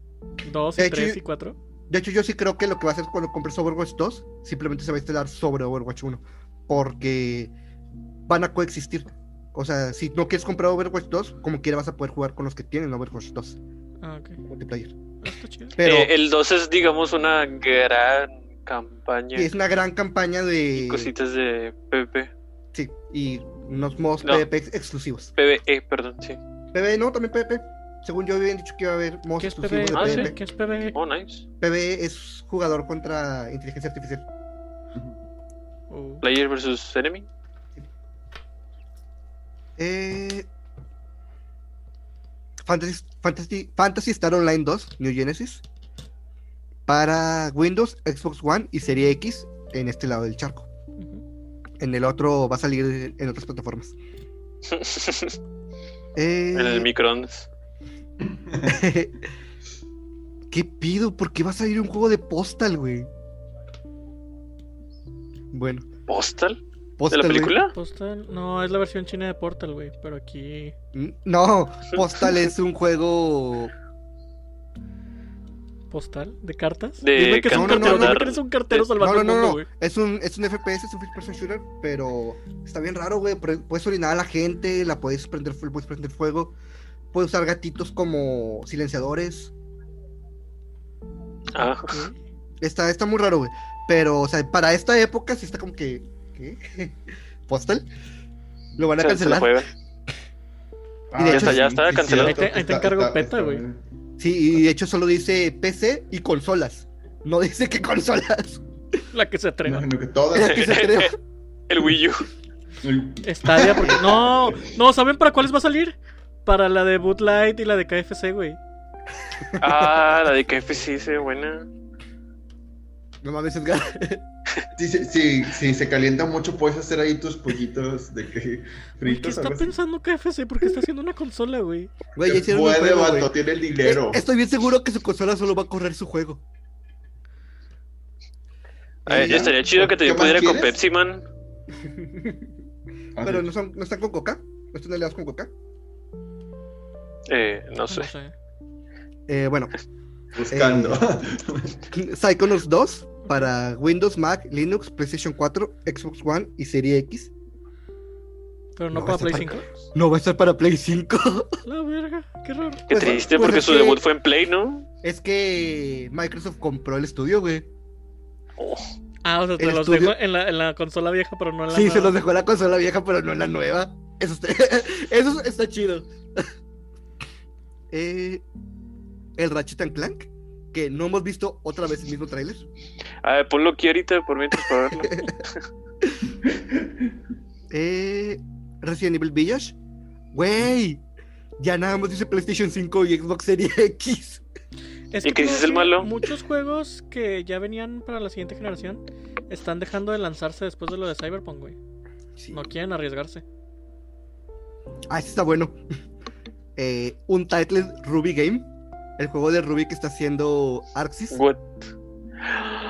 2 De y hecho, 3 yo- y 4. De hecho, yo sí creo que lo que va a hacer cuando compres Overwatch 2 simplemente se va a instalar sobre Overwatch 1. Porque van a coexistir. O sea, si no quieres comprar Overwatch 2, como quiera vas a poder jugar con los que tienen Overwatch 2 Ah, ok. multiplayer. Ah, Está chido. Pero Eh, el 2 es, digamos, una gran campaña. es una gran campaña de. y cositas de PvP. Sí, y unos modos No. PvP ex- exclusivos. PvE, E, perdón, sí. PvE, no, también PvP. Según yo habían dicho que iba a haber modos ¿Qué es exclusivos PB? de Ah, sí. PvP. ¿Qué es PB? Oh, nice. PvE es jugador contra inteligencia artificial. Oh. Player versus enemy. Eh, Fantasy, Fantasy, Fantasy Star Online 2, New Genesis. Para Windows, Xbox One y Serie X en este lado del charco. Ujú. En el otro va a salir en otras plataformas. [LAUGHS] Eh, en el microondas. [LAUGHS] ¿Qué pido? ¿Por qué va a salir un juego de postal, güey? Bueno, ¿Postal? ¿De postal. la güey. película? Postal. No, es la versión china de Portal, güey. Pero aquí. [LAUGHS] No, postal es un juego postal de cartas. De Dime que es un cantar. No, no, cartero, dime no. que eres un cartero De- salvando no, no, el no, mundo, güey. no. Es un, es un FPS, es un first person shooter, pero está bien raro, güey. Pre- Puedes orinar a la gente, la puedes prender, fu- puedes prender fuego. Puedes usar gatitos como silenciadores. [LAUGHS] Ah, Está, está muy raro, güey. Pero, o sea, para esta época sí está como que. ¿Qué? [LAUGHS] ¿Postal? Lo van a se la cancelar. juegan. Ah, Y de hecho- Ya está, ya cancelado. Ahí te- ahí te encargo peta, güey. Sí, y de hecho solo dice PC y consolas. No dice que consolas. [LAUGHS] La que se atreva. No, no, que [LAUGHS] todas. Que [LAUGHS] se atreva. El Wii [LAUGHS] U. El- Estadia, [LAUGHS] porque. No, no, ¿saben para cuáles va a salir? Para la de Boot Light y la de KFC, güey. Ah, la de KFC se ve buena. No mames, Edgar. Si, si, si, si se calienta mucho, puedes hacer ahí tus pollitos de que Güey, ¿Qué fritos. está algo así. pensando KFC? Porque está haciendo una consola, güey. Güey, ya Se hicieron un puede, juego, güey. vato, tiene el dinero. Eh, Estoy bien seguro que su consola solo va a correr su juego. Eh, Ah, Y ya. estaría chido que ¿Qué te más pudiera con quieres? Pepsi Man. Ah, Pero sí. no, son, no están con coca. No están aliados con coca. Eh, no No sé. sé. Eh, bueno, [LAUGHS] Buscando. eh, Psychonauts 2 para Windows, Mac, Linux, PlayStation 4, Xbox One y Serie X. Pero No, no, para ese Play para- 5. No va a estar para Play 5. La verga, qué raro. Qué Pues, triste, pues porque es su que- debut fue en Play, ¿no? es que Microsoft compró el estudio, güey. Oh, Ah, o sea, te El los estudio- dejó en la, en la consola vieja, pero no en la. Sí, se nueva. los dejó la consola vieja, pero no la nueva. Eso está, [LAUGHS] eso está chido. Eh, el Ratchet and Clank, que no hemos visto otra vez el mismo tráiler. ah, ponlo aquí ahorita por mientras para verlo. [LAUGHS] Eh, Resident Evil Village. Güey, ya nada más dice PlayStation 5 y Xbox Series [LAUGHS] X. Es ¿Y qué te iba a dices el decir, malo? Muchos juegos que ya venían para la siguiente generación están dejando de lanzarse después de lo de Cyberpunk, güey. Sí. No quieren arriesgarse. Ah, sí está bueno. Eh, un title Ruby Game. El juego de Ruby que está haciendo Arxis. What?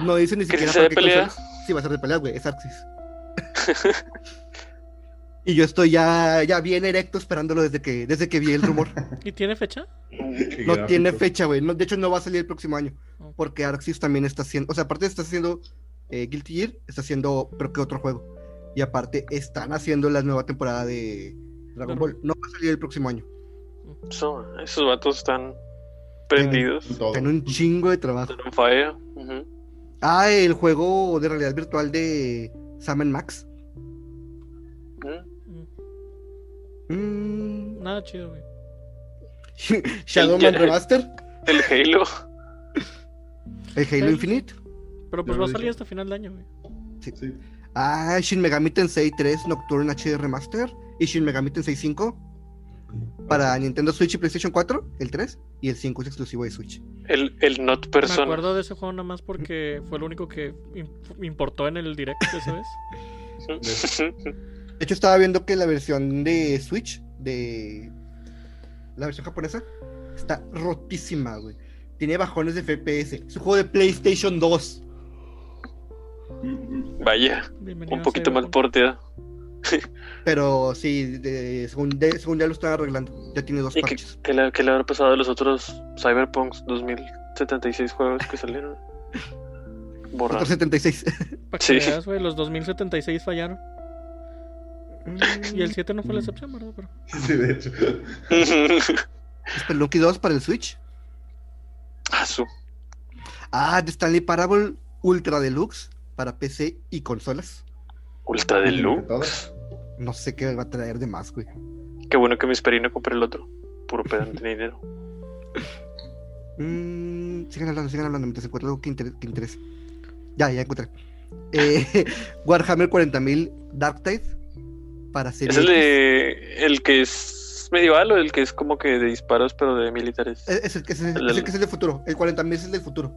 No dice ni ¿Que si siquiera sea de para qué pelea? consolas. Sí, va a ser de pelea, güey. [LAUGHS] Es Arxis. y yo estoy ya, ya bien erecto esperándolo desde que, desde que vi el rumor. ¿Y tiene fecha? Qué No gráfico. tiene fecha, güey. No, de hecho, no va a salir el próximo año. Ok. Porque Arxis también está haciendo. O sea, aparte está haciendo eh, Guilty Gear, está haciendo, pero que otro juego. Y aparte, están haciendo la nueva temporada de Dragon Dragon Ball. No va a salir el próximo año. So, esos vatos están prendidos. Todo. Están un chingo de trabajo. Están on fire. Ujú. Ah, el juego de realidad virtual de Sam Max. Mm. Mm, Mm, Nada chido, güey. Shadowman Ya. Remaster. El Halo. El Halo Sí. Infinite. Pero pues Yo va a lo salir dije. hasta final de año, güey. Sí. [LAUGHS] Ah, Shin Megami Tensei 3 Nocturne HD Remaster. Y Shin Megami Tensei 5. para Nintendo Switch y PlayStation 4, el 3 y el 5 es exclusivo de Switch. El, el Not Me Person. acuerdo de ese juego nada más porque fue el único que im- importó en el direct esa vez. De hecho, estaba viendo que la versión de Switch, de la versión japonesa, está rotísima, güey. Tiene bajones de FPS. Es un juego de PlayStation 2. Vaya, Bienvenido un a poquito mal Cyberpunk. porteado. Pero sí, de- según, de- según ya lo están arreglando, ya tiene dos ¿Y qué, parches. qué le, qué le habrá pasado a los otros Cyberpunks 2076 juegos que salieron? Otro Borrar. 76. Pa' que Sí. veas, güey, los 2076 fallaron. Y el 7 no fue la Mm. excepción, ¿verdad? Pero- Sí, de hecho. [LAUGHS] Spelunky 2 para el Switch. [LAUGHS] Ah, su. Ah, de Stanley Parable Ultra Deluxe para PC y consolas. Ultra de Lu. Todo. No sé qué va a traer de más, güey. Qué bueno que me esperé y no compré el otro. Puro pedo, no tenía dinero. Mm, sigan hablando, sigan hablando mientras encuentro algo que, inter- que interese. Ya, ya encontré. Eh, [LAUGHS] Warhammer 40.000 Dark Tide para serie Es el X. de. El que es medieval o el que es como que de disparos, pero de militares. Es- es el, que es, el- el es el del- que es el de futuro. El 40.000 es el del futuro.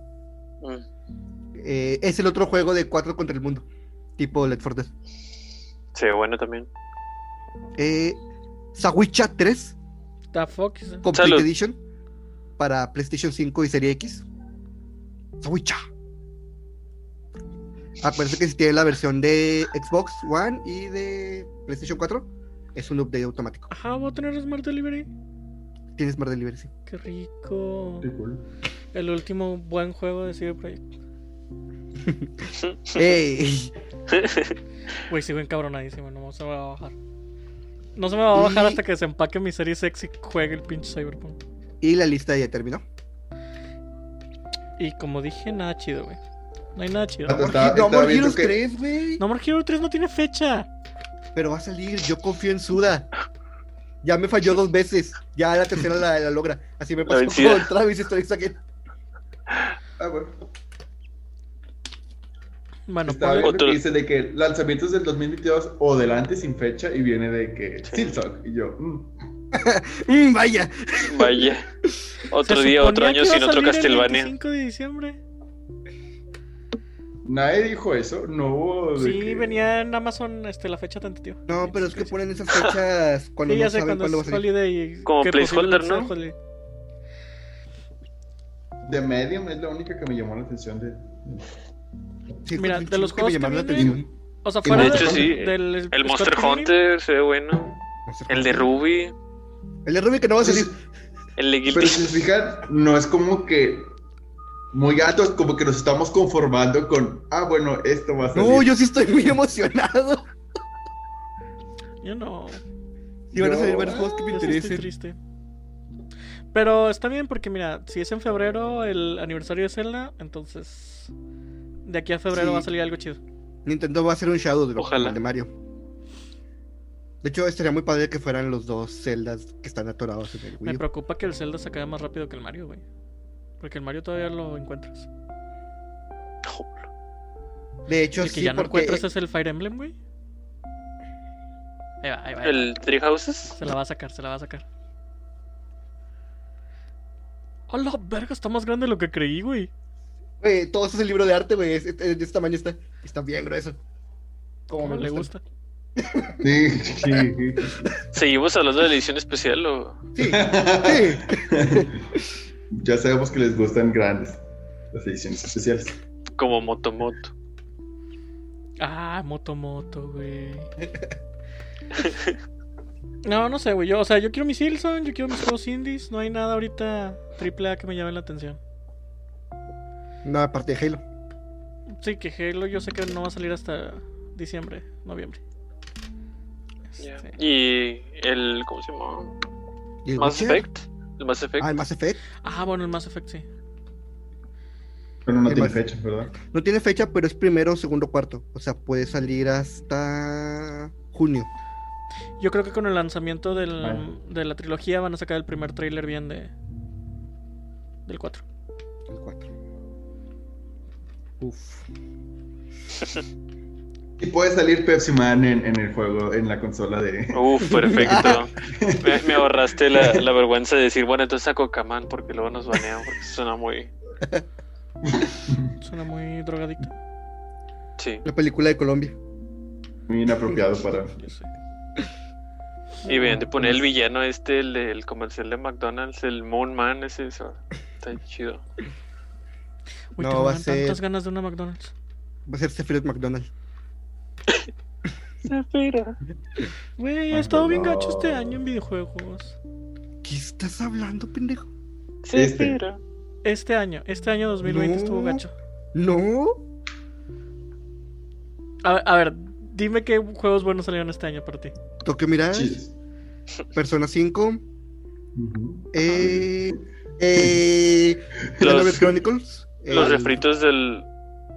Mm. Eh, es el otro juego de 4 contra el mundo. Tipo Led 4 Dead. Se ve bueno también. Eh, Sawicha 3 The fuck is that? Complete Salud. Edition para PlayStation 5 y Serie X. Sawicha. Acuérdense Ah, que si tiene la versión de Xbox One y de PlayStation 4, es un update automático. Ajá, voy a tener Smart Delivery. [LAUGHS] Tienes Smart Delivery, sí. Qué rico. Qué cool. El último buen juego de CD Projekt. ¡Ey! Güey, sigo encabronadísimo, no se me va a bajar. No se me va a bajar Y- hasta que se empaque mi serie sexy y juegue el pinche Cyberpunk. Y la lista ya terminó. Y como dije, nada chido, güey. No hay nada chido. Ah, No pues, estaba- estaba More viendo Heroes que- 3, güey. No More Hero 3 no tiene fecha. Pero va a salir, yo confío en Suda. Ya me falló dos veces. Ya la tercera la, la logra. Así me La pasó vencida. con Travis Strikes Again. Ah, bueno. Bueno, pues, Estaba ponle- viendo Otro- que dice de que lanzamientos del 2022 o delante sin fecha y viene de que Silksong. Y yo, mm. Mm, vaya. Vaya. Otro se día, otro suponía año que sin iba a otro salir el Castlevania. 25 de diciembre. nadie dijo eso. No hubo. de Sí, que- venía en Amazon este, la fecha tentativa. No, pero [LAUGHS] es que ponen esas fechas cuando Sí, ya no sé, saben cuando cuándo va a es salir. Holiday. y Como que placeholder, ¿no? posiblemente sea holiday. De Medium es la única que me llamó la atención de. Sí, Mira, pues, de los que juegos me llamaron que la vienen- atención. O sea, Y fuera de hecho, del- sí, del, El Scott Monster Pilgrim, Hunter se ve bueno. El de Ruby. El de Ruby que no va a salir. El de Pero Guilty. si se fijan, no es como que muy altos, como que nos estamos conformando con, ah, bueno, esto va a salir. No, yo sí estoy muy [LAUGHS] emocionado. Yo no. Sí, van a Yo- salir varios juegos que me Yo sí estoy interesen. triste. Pero está bien porque, mira, si es en febrero el aniversario de Zelda, entonces. De aquí a febrero Sí. va a salir algo chido. Nintendo va a hacer un Shadow Drop Ojalá. como el de Mario. De hecho, estaría muy padre que fueran los dos celdas que están atorados en el Me Wii. U. preocupa que el Zelda se acabe más rápido que el Mario, güey. Porque el Mario todavía lo encuentras. De hecho, el que sí, ya no porque encuentras es el Fire Emblem, güey. Ahí va, ahí va. ahí va. El Three Houses. Se la va a sacar, se la va a sacar. ¡A la verga! Está más grande de lo que creí, güey. güey, todo eso es el libro de arte, güey. es- es- De este tamaño está. Está bien grueso. Como Como me le gusta. gusta. Sí, sí. ¿Seguimos hablando de la edición especial o.? Sí, [LAUGHS] sí. [LAUGHS] ya sabemos que les gustan grandes las ediciones especiales. Como Motomoto. Ah, Moto Moto, [LAUGHS] güey. No, no sé, güey. Yo, o sea, yo quiero mis Silson, yo quiero mis juegos indies. No hay nada ahorita triple A que me llame la atención. No, aparte de Halo. Sí, que Halo yo sé que no va a salir hasta diciembre, noviembre. Ya. Este, Y el. ¿Cómo se llama? ¿Y el Mass Witcher? Effect. El Mass Effect. Ah, el Mass Effect. Ah, bueno, el Mass Effect, sí. Pero no ¿Qué tiene más? fecha, ¿verdad? No tiene fecha, pero es primero, segundo, cuarto. O sea, puede salir hasta junio. Yo creo que con el lanzamiento del- Bueno. de la trilogía van a sacar el primer tráiler bien de del 4. El 4. Uf. Y puede salir Pepsi Man en, en el juego, en la consola de. [LAUGHS] [LAUGHS] Uf, [LAUGHS] perfecto. me, me ahorraste la, la vergüenza de decir, bueno, entonces saco Caman porque luego nos banean porque suena muy. Suena muy drogadicto. Sí. La película de Colombia. Muy inapropiado para. Yo sé. Y ven, de poner el villano este, el del comercial de McDonald's, el Moon Man, ese. eso. Está chido. Uy, No, tengo va a tantas ser- ganas de una McDonald's. Va a ser Sephiroth McDonald. Güey, Ay, ha estado bien perdón. gacho este año en videojuegos. ¿Qué estás hablando, pendejo? Se Este. espera. Este año, este año 2020 No. estuvo gacho. No. A ver, a ver, dime qué juegos buenos salieron este año para ti. Toque mirar. Chidos. Persona 5. Ujú. Eh. [LAUGHS] Eh. Xenoblade Chronicles. Los el- refritos del.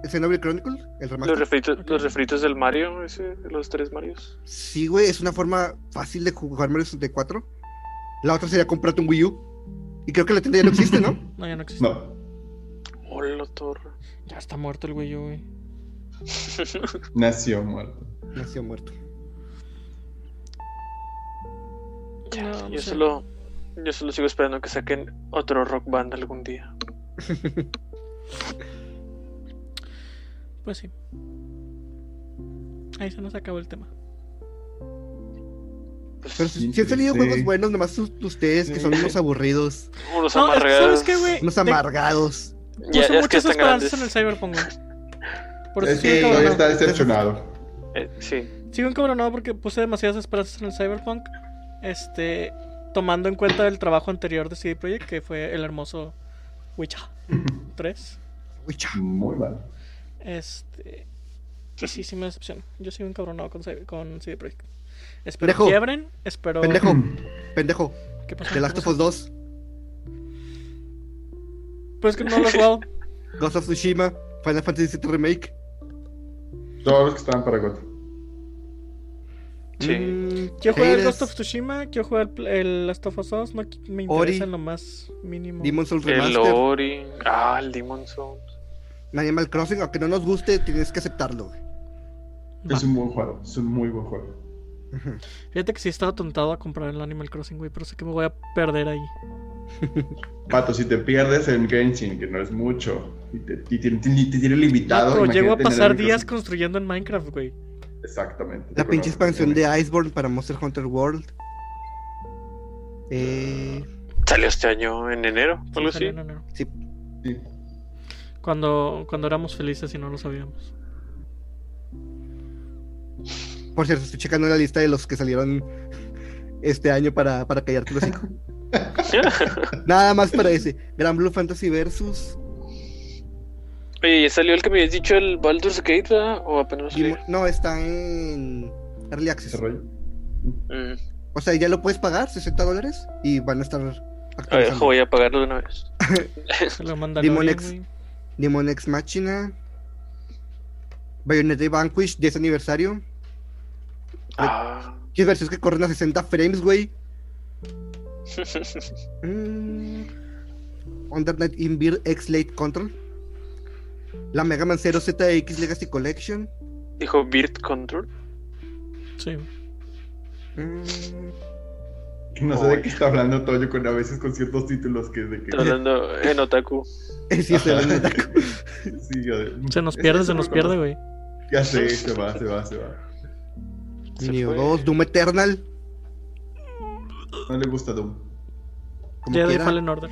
el Xenoblade Chronicles. El remaster. Los refritos, Ok. los refritos del Mario, ese, de los tres Marios. Sí, güey, es una forma fácil de jugar Mario 64. La otra sería comprarte un Wii U. Y creo que la tienda ya no existe, ¿no? [LAUGHS] No, ya no existe. No, Hola, torre. Ya está muerto el güey, güey. nació muerto. Nació muerto. Ya, No, pues no yo, sé. solo, yo solo sigo esperando que saquen otro rock band algún día. Pues sí. Ahí se nos acabó el tema. Pues, Pero si, Sí, si han salido sí. juegos buenos, nomás u- ustedes que son unos aburridos, unos No, es que, amargados. ¿sabes qué, güey? unos Te- amargados. Ya, Puse ya es que muchas están esperanzas grandes. en el Cyberpunk, güey. Por eso Es estoy que todavía está encabronado. decepcionado. [LAUGHS] Eh, sí, Sigo encabronado porque puse demasiadas esperanzas en el Cyberpunk. Este, tomando en cuenta el trabajo anterior de CD Projekt, que fue el hermoso Wicha 3. Wicha. Muy mal. Este. y Sí, sí me decepciona. Yo sigo encabronado con, Cy- con CD Projekt. Espero Pendejo. que quiebren. Espero. Pendejo, pendejo. ¿Qué pasó? The Last ¿Qué of pasó? Us 2, Pero es que no lo he jugado. Ghost of Tsushima, Final Fantasy VII Remake. [CLEARS THROAT] Todos los que estaban para GOT. Sí. Mm, Quiero jugar el haters, Ghost of Tsushima. Quiero jugar el, el Last of Us 2. No qui- me interesa Ori. en lo más mínimo. Demon's Souls El Remastered, Ori. Ah, el Demon Souls. Animal Crossing, aunque no nos guste, tienes que aceptarlo. güey. Va. Es un buen juego, es un muy buen juego. Ujú. Fíjate que sí estaba tontado a comprar el Animal Crossing, güey. Pero sé que me voy a perder ahí. Pato, si te pierdes en Genshin, que no es mucho, y te, y te- y te tiene limitado. No, pero llego a imagínate en pasar el días Microsoft. construyendo en Minecraft, güey. Exactamente. La te pinche conozco, expansión obviamente. de Iceborne para Monster Hunter World. Eh, Salió este año en enero, o algo Sí, así. no, no, no. Sí. Cuando, cuando éramos felices y no [LAUGHS] lo sabíamos. por cierto, estoy checando la lista de los que salieron este año para, para callarte los hocico. Nada más para ese. Gran Blue Fantasy versus [LAUGHS] Oye, ¿ya salió el que me habías dicho, el Baldur's Gate, ¿verdad? O apenas salió. Demo- No, está en Early Access. Desarrollo. Mm. O sea, ya lo puedes pagar, 60 dólares, y van a estar A ver, actualizando. voy a pagarlo de una vez. Se lo mandan Demon X. Demon X Machina. Bayonetta y Vanquish, 10 aniversario. Ah. Que es versiones que corren a 60 [LAUGHS] frames, güey. Mm. Under Night Invir X Late Control. La Mega Man 0 ZX Legacy Collection. [LAUGHS] Dijo Bird Control. Sí. Mm. No sé de qué está hablando Toyo con a veces con ciertos títulos que es de que. Está hablando en Otaku. Sí, es el- [LAUGHS] Ajá. Sí, ya de- Se nos Ese pierde, sí se lo nos conozco. pierde, güey. Ya sé, se va, se va, se va. Se Neo fue. 2, Doom Eternal. No le gusta Doom. Como Jedi quiera. Fallen Order.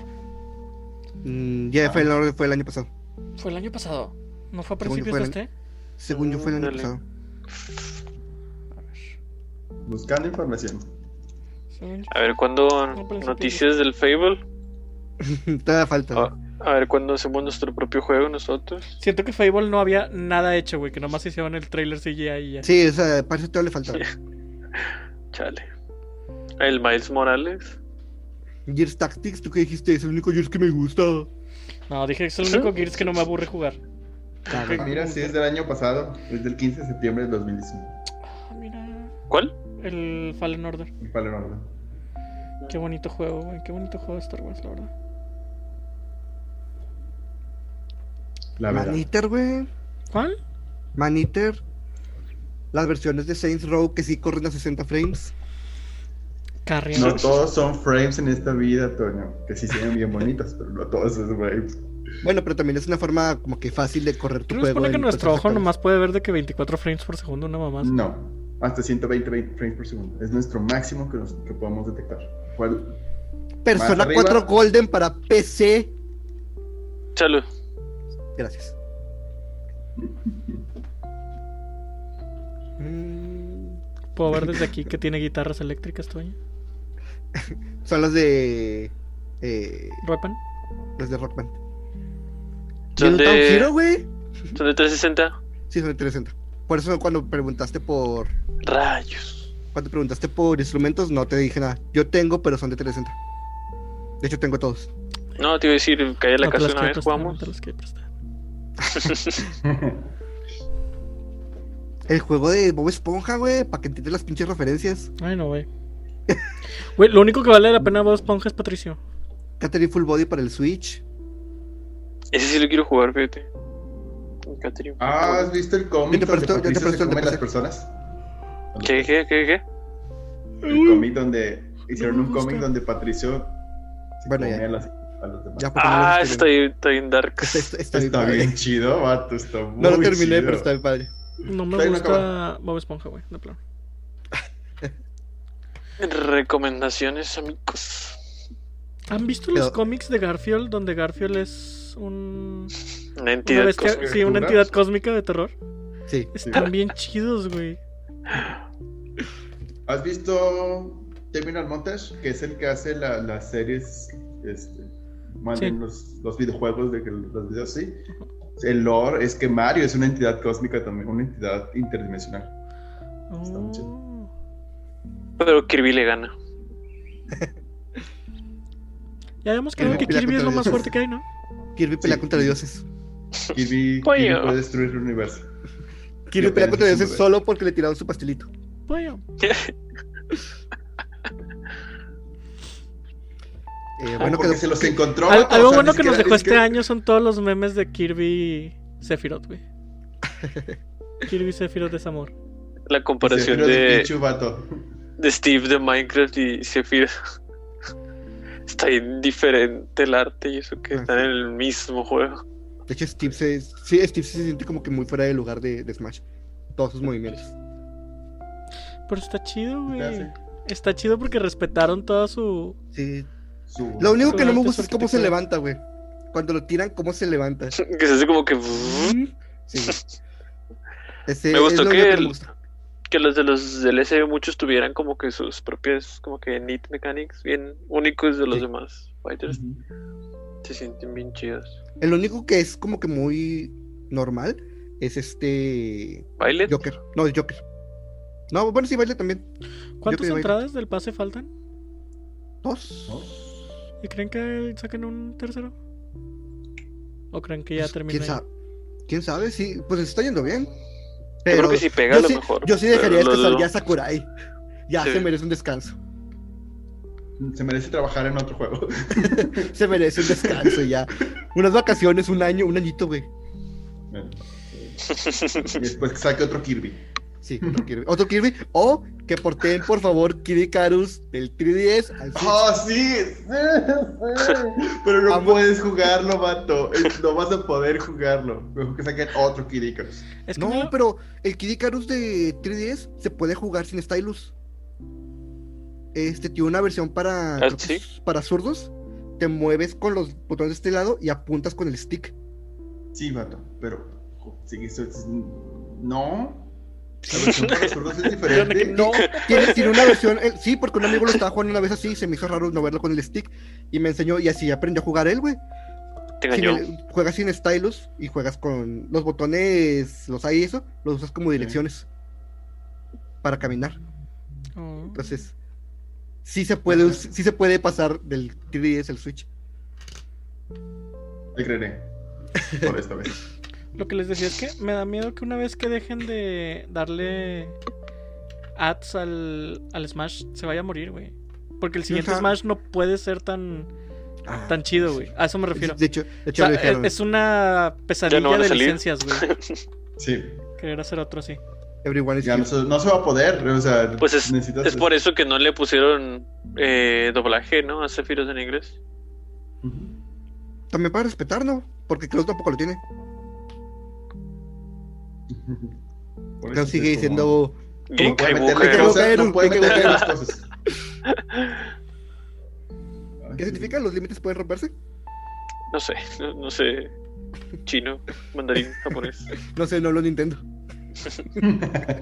Mm, Jedi Fallen Order fue el año pasado. Fue el año pasado. ¿No fue a Según yo principios de fue este? Según yo fue el año Ándale. pasado. Buscando información. Según yo. A ver cuándo No, pero sí, noticias del Fable. Todavía Mm, falta. Ah, a ver cuándo hacemos nuestro propio juego nosotros. Siento que Fable no había nada hecho, güey. Que nomás hicieron el trailer CGI y ya. Sí, o sea, para eso todavía le falta. Chale. El Miles Morales. Gears Tactics, tú que dijiste, es el único Gears que me gusta. No, dije que es el ¿Sí? único Gears que no me aburre jugar. Caga. Mira, sí, es del año pasado. Es del 15 de septiembre de 2019. Ah, mira. ¿Cuál? El Fallen Order. Y Fallen Order. Qué bonito juego, güey. Qué bonito juego de Star Wars, la verdad. La verdad. Maniter, güey. ¿Cuál? Maniter. Las versiones de Saints Row que sí corren a 60 frames. Carriendo. No todos son frames en esta vida, Toño. Que sí se ven bien bonitos, pero no todos son frames. Bueno, pero también es una forma como que fácil de correr tu ¿Qué nos juego. pone en que nuestro cosas ojo actuales. nomás puede ver de que 24 frames por segundo una mamá? No, hasta 120 20 frames por segundo. Es nuestro máximo que, nos- que podemos detectar. ¿Cuál? Persona más arriba. 4 Golden para PC. Salud. Gracias. Mm, Puedo ver desde aquí que tiene guitarras eléctricas, Toño. Son las de. Eh, Repan. las de Rock Band. Son Little Town Hero, de, güey? son de 360. Sí, son de 360. Por eso cuando preguntaste por. Rayos. Cuando preguntaste por instrumentos, no te dije nada. Yo tengo, pero son de 360. De hecho, tengo todos. No, te iba a decir, calla la No te casa una las quiero vez, prestar, no jugamos. te las quiero prestar. El juego de Bob Esponja, güey, para que entiendas las pinches referencias. Ay, no, güey. [LAUGHS] Güey, lo único que vale la pena Bob Esponja es Patricio. Catherine Full Body para el Switch. Ese sí lo quiero jugar, fíjate. Catherine. [LAUGHS] Ah, ¿has visto el cómic Yo te donde presto- yo te Patricio presto se el come de las PC. personas? ¿Qué, qué, qué, qué? El cómic donde hicieron me un cómic gusta. donde Patricio se Bueno, come ya. a, las- a los demás. Ya, porque no Ah, lo está terminé. bien, está bien dark. Está, está- está Está padre. bien chido, vato, está muy [LAUGHS] No lo terminé, chido. pero está bien padre. No me Todavía no gusta Bob Esponja, güey, de plano. Recomendaciones, amigos. ¿Han visto los Pero- cómics de Garfield donde Garfield es un... Una Una entidad bestia, cósmica. sí, una ¿Verdad? entidad cósmica de terror? Sí. Están bien chidos, güey. ¿Has visto Terminal Montage? Que es el que hace la- las series este, más Sí. bien los, los videojuegos, de que los videos sí. El lore es que Mario es una entidad cósmica también, una entidad interdimensional. Está muy chido. Oh. Pero Kirby le gana. Ya vemos que, que Mira, Kirby es lo más contra fuerte que hay, ¿no? Kirby pelea Sí. contra dioses. Kirby, Pollo. Kirby puede destruir el universo. Kirby Yo pelea contra pienso dioses que- solo porque le tiraron su pastelito. Pollo. Eh, Bueno, bueno, Ah, porque quedó, se los encontró. Al- vato, algo o sea, bueno ni que nos siquiera- dejó ni este siquiera- año son todos los memes de Kirby [LAUGHS] Sephiroth, güey. Kirby Sephiroth es amor. La comparación Sephiroth es de, Pichu, vato. de Steve de Minecraft y Sephiroth. [LAUGHS] Está bien diferente el arte y eso que Ah, están sí. en el mismo juego. de hecho, Steve se, sí, Steve se siente como que muy fuera de lugar de, de Smash. Todos sus movimientos. Pero está chido, güey. Ya sé. Está chido porque respetaron toda su. Sí. Su- Lo único que no me Solamente gusta es su cómo se arquitectura. levanta, güey. Cuando lo tiran, cómo se levanta. Que se hace como que. Sí. Ese Me gustó es lo que único el- me gusta. Que los de los DLC muchos tuvieran como que sus propias, como que neat mechanics, bien únicos de los Sí. demás fighters. Ujú. Se sienten bien chidos. El único que es como que muy normal es este ¿Violet? Joker. No, es Joker. No, bueno, sí, baile también. ¿Cuántas creo que- entradas del pase faltan? Dos. ¿Y creen que saquen un tercero? ¿O creen que ya Pues, termina? ¿Quién ahí? sabe? ¿Quién sabe? Sí, pues está yendo bien. Yo Pero creo que si pega yo, a lo sí, mejor. yo sí pero dejaría lo descansar dudo. [LAUGHS] ya a Sakurai. Ya Sí. se merece un descanso. Se merece trabajar en otro juego. [LAUGHS] Se merece un descanso ya. Unas vacaciones, un año, un añito, güey. [LAUGHS] Bueno, y después que saque otro Kirby. Sí, otro Kirby. Otro Kirby. O que porten, por favor, Kirby Karus del 3DS al Switch. Ah, ¡Oh, sí! [LAUGHS] sí, sí. Pero no Amo- puedes jugarlo, vato. No vas a poder jugarlo. Mejor que saquen otro Kid Icarus. Es que no, me lo- pero el Kid Icarus de 3DS se puede jugar sin Stylus. Este tiene una versión para, creo que sí? es para zurdos. Te mueves con los botones de este lado y apuntas con el stick. Sí, vato. Pero. sí, eso es- No. La versión para los zurdos [LAUGHS] es diferente. Eh, No, Tiene, tiene una versión, eh, sí, porque un amigo lo estaba jugando una vez así y se me hizo raro no verlo con el stick. Y me enseñó y así aprendió a jugar él, güey. Te Sin engañó. el- juegas sin stylus y juegas con los botones, los hay eso, los usas como direcciones para caminar. Oh. Entonces, sí se puede, Ajá. sí se puede pasar del 3DS al Switch. Te creeré. [LAUGHS] Por esta vez. Lo que les decía es que me da miedo que una vez que dejen de darle ads al, al Smash se vaya a morir, güey. Porque el siguiente Ajá. Smash no puede ser tan, Ah, Ah, tan chido, güey. A eso me refiero. De hecho, de O hecho sea, lo es, dijeron. es una pesadilla Ya no van a de salir. licencias, güey. [LAUGHS] Sí. Querer hacer otro así. Everyone is Ya no here. se, no se va a poder. O sea, Pues es- necesitas. Es por eso que no le pusieron eh, doblaje, ¿no? A Sephiroth en inglés. Ujú. También para respetar, ¿no? Porque Klaus tampoco lo tiene. Por eso Klaus sigue es como- diciendo. Y No puede meterle Caibuja. cosas, Caibuja. no puede meterle las cosas. Ah, ¿Qué significa? ¿Los límites pueden romperse? No sé, no, no sé. Chino, mandarín, japonés. No sé, no lo Nintendo.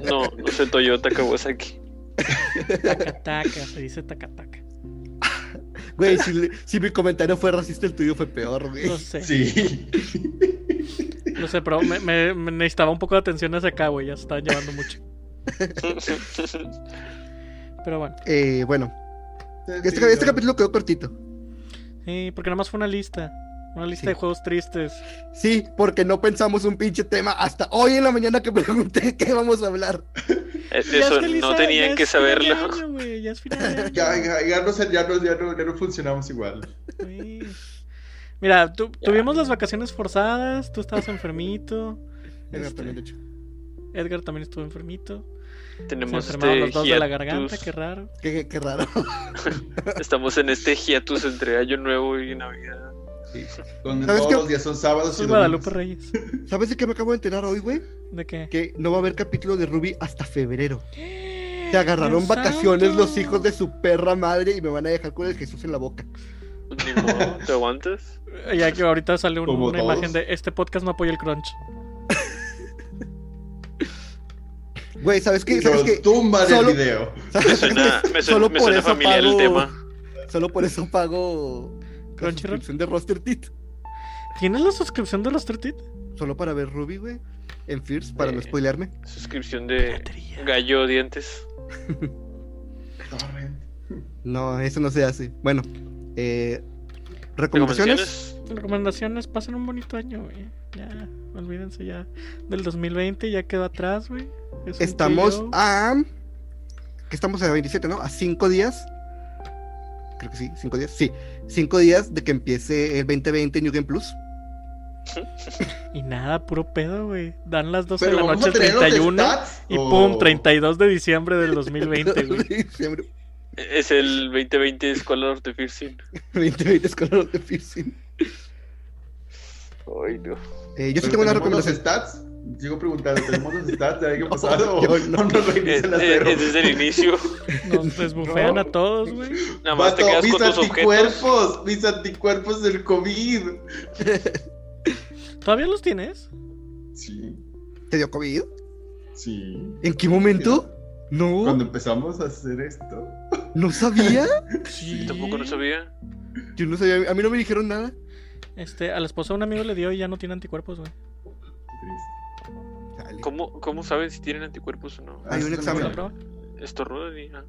No, no sé Toyota Kawasaki. [LAUGHS] Tacataca, se dice tacataca. Güey, si, le- si mi comentario fue racista, el tuyo fue peor, güey. No sé, [LAUGHS] Sí. este no sé, pero me, me- me necesitaba un poco de atención hacia acá, güey. Ya se estaban llevando mucho. Pero bueno, Eh, bueno, este, este capítulo quedó cortito. sí, porque nada más fue una lista. Una lista de juegos tristes. Sí, porque no pensamos un pinche tema hasta hoy en la mañana que [LAUGHS] pregunté qué vamos a hablar. Eh, Ya es Eso que, Lisa, no ya tenían que es final de saberlo. [LAUGHS] año, güey, ya es final de [LAUGHS] año, Ya, ya, ya, no, se- ya, no, ya, no, ya no funcionamos igual. güey. Mira, tu- tuvimos las vacaciones forzadas, tú estabas enfermito, Era Este, también, de hecho. Edgar también estuvo enfermito, Tenemos se enfermaron este los dos de la garganta, hiatus. qué raro. Qué, qué- qué raro. Estamos en este hiatus entre Año Nuevo y Navidad. Sí. Donde ¿Sabes todos qué? los días son sábados. Soy y Guadalupe domingos. [LAUGHS] Reyes. ¿Sabes de qué me acabo de enterar hoy, güey? ¿De qué? Que no va a haber capítulo de Ruby hasta febrero. Se Te agarraron vacaciones los hijos de su perra madre y me van a dejar con el Jesús en la boca. Pues Ni [LAUGHS] modo, ¿te aguantas? Ya que ahorita sale un- Como una todos. imagen de este podcast no apoya el crunch. Güey, ¿sabes qué? Y ¿Sabes lo qué? [LAUGHS] tumba del solo- video. Me suena, me suena, Solo me por suena eso familiar el pago- tema. Solo por eso pago La Crunchyroll. suscripción de Roster Teeth. ¿Tienes la suscripción de los Tertit? Solo para ver Ruby, güey. En Fierce, para no Eh. spoilearme. Suscripción de Gallo Dientes. Torrent. No, eso no se hace. Bueno, eh, recomendaciones. ¿Recomendaciones? Recomendaciones, pasen un bonito año, güey. Ya, olvídense ya del 2020, ya quedó atrás, güey. Es un Estamos TLO. a. Que estamos a 27, ¿no? A 5 días. Creo que sí, 5 días. Sí, 5 días de que empiece el 2020 New Game Plus. Y nada, puro pedo, güey. Dan las 12 Pero de la vamos a noche el tener los 31 stats, y o- pum, 32 de diciembre del [LAUGHS] 2020, güey. Diciembre Es el 2020 Scholar de Piercing. 2020 es color de piercing. Ay, no. Eh, yo sí tengo una Pero ¿tenemos los recomendación. stats? Sigo preguntando, ¿tenemos los stats del año pasado? yo o [LAUGHS] no. [LAUGHS] no nos Es, reinician las es- es perros? desde el inicio. Nos desbufean No. a todos, güey. Nada más te Vato, quedas mis con tus objetos. anticuerpos, mis anticuerpos del COVID. ¿Todavía los tienes? Sí, ¿Te dio COVID? sí. ¿En qué momento? No, Cuando empezamos a hacer esto, no [LAUGHS] sabía. Sí. Tampoco lo sabía. Yo no sabía. A mí no me dijeron nada. Este, a la esposa de un amigo le dio y ya no tiene anticuerpos, güey. triste. Chale. ¿Cómo, ¿Cómo saben si tienen anticuerpos o no? Hay un Hazte examen. ¿La una- prueba? Estornudan y ah.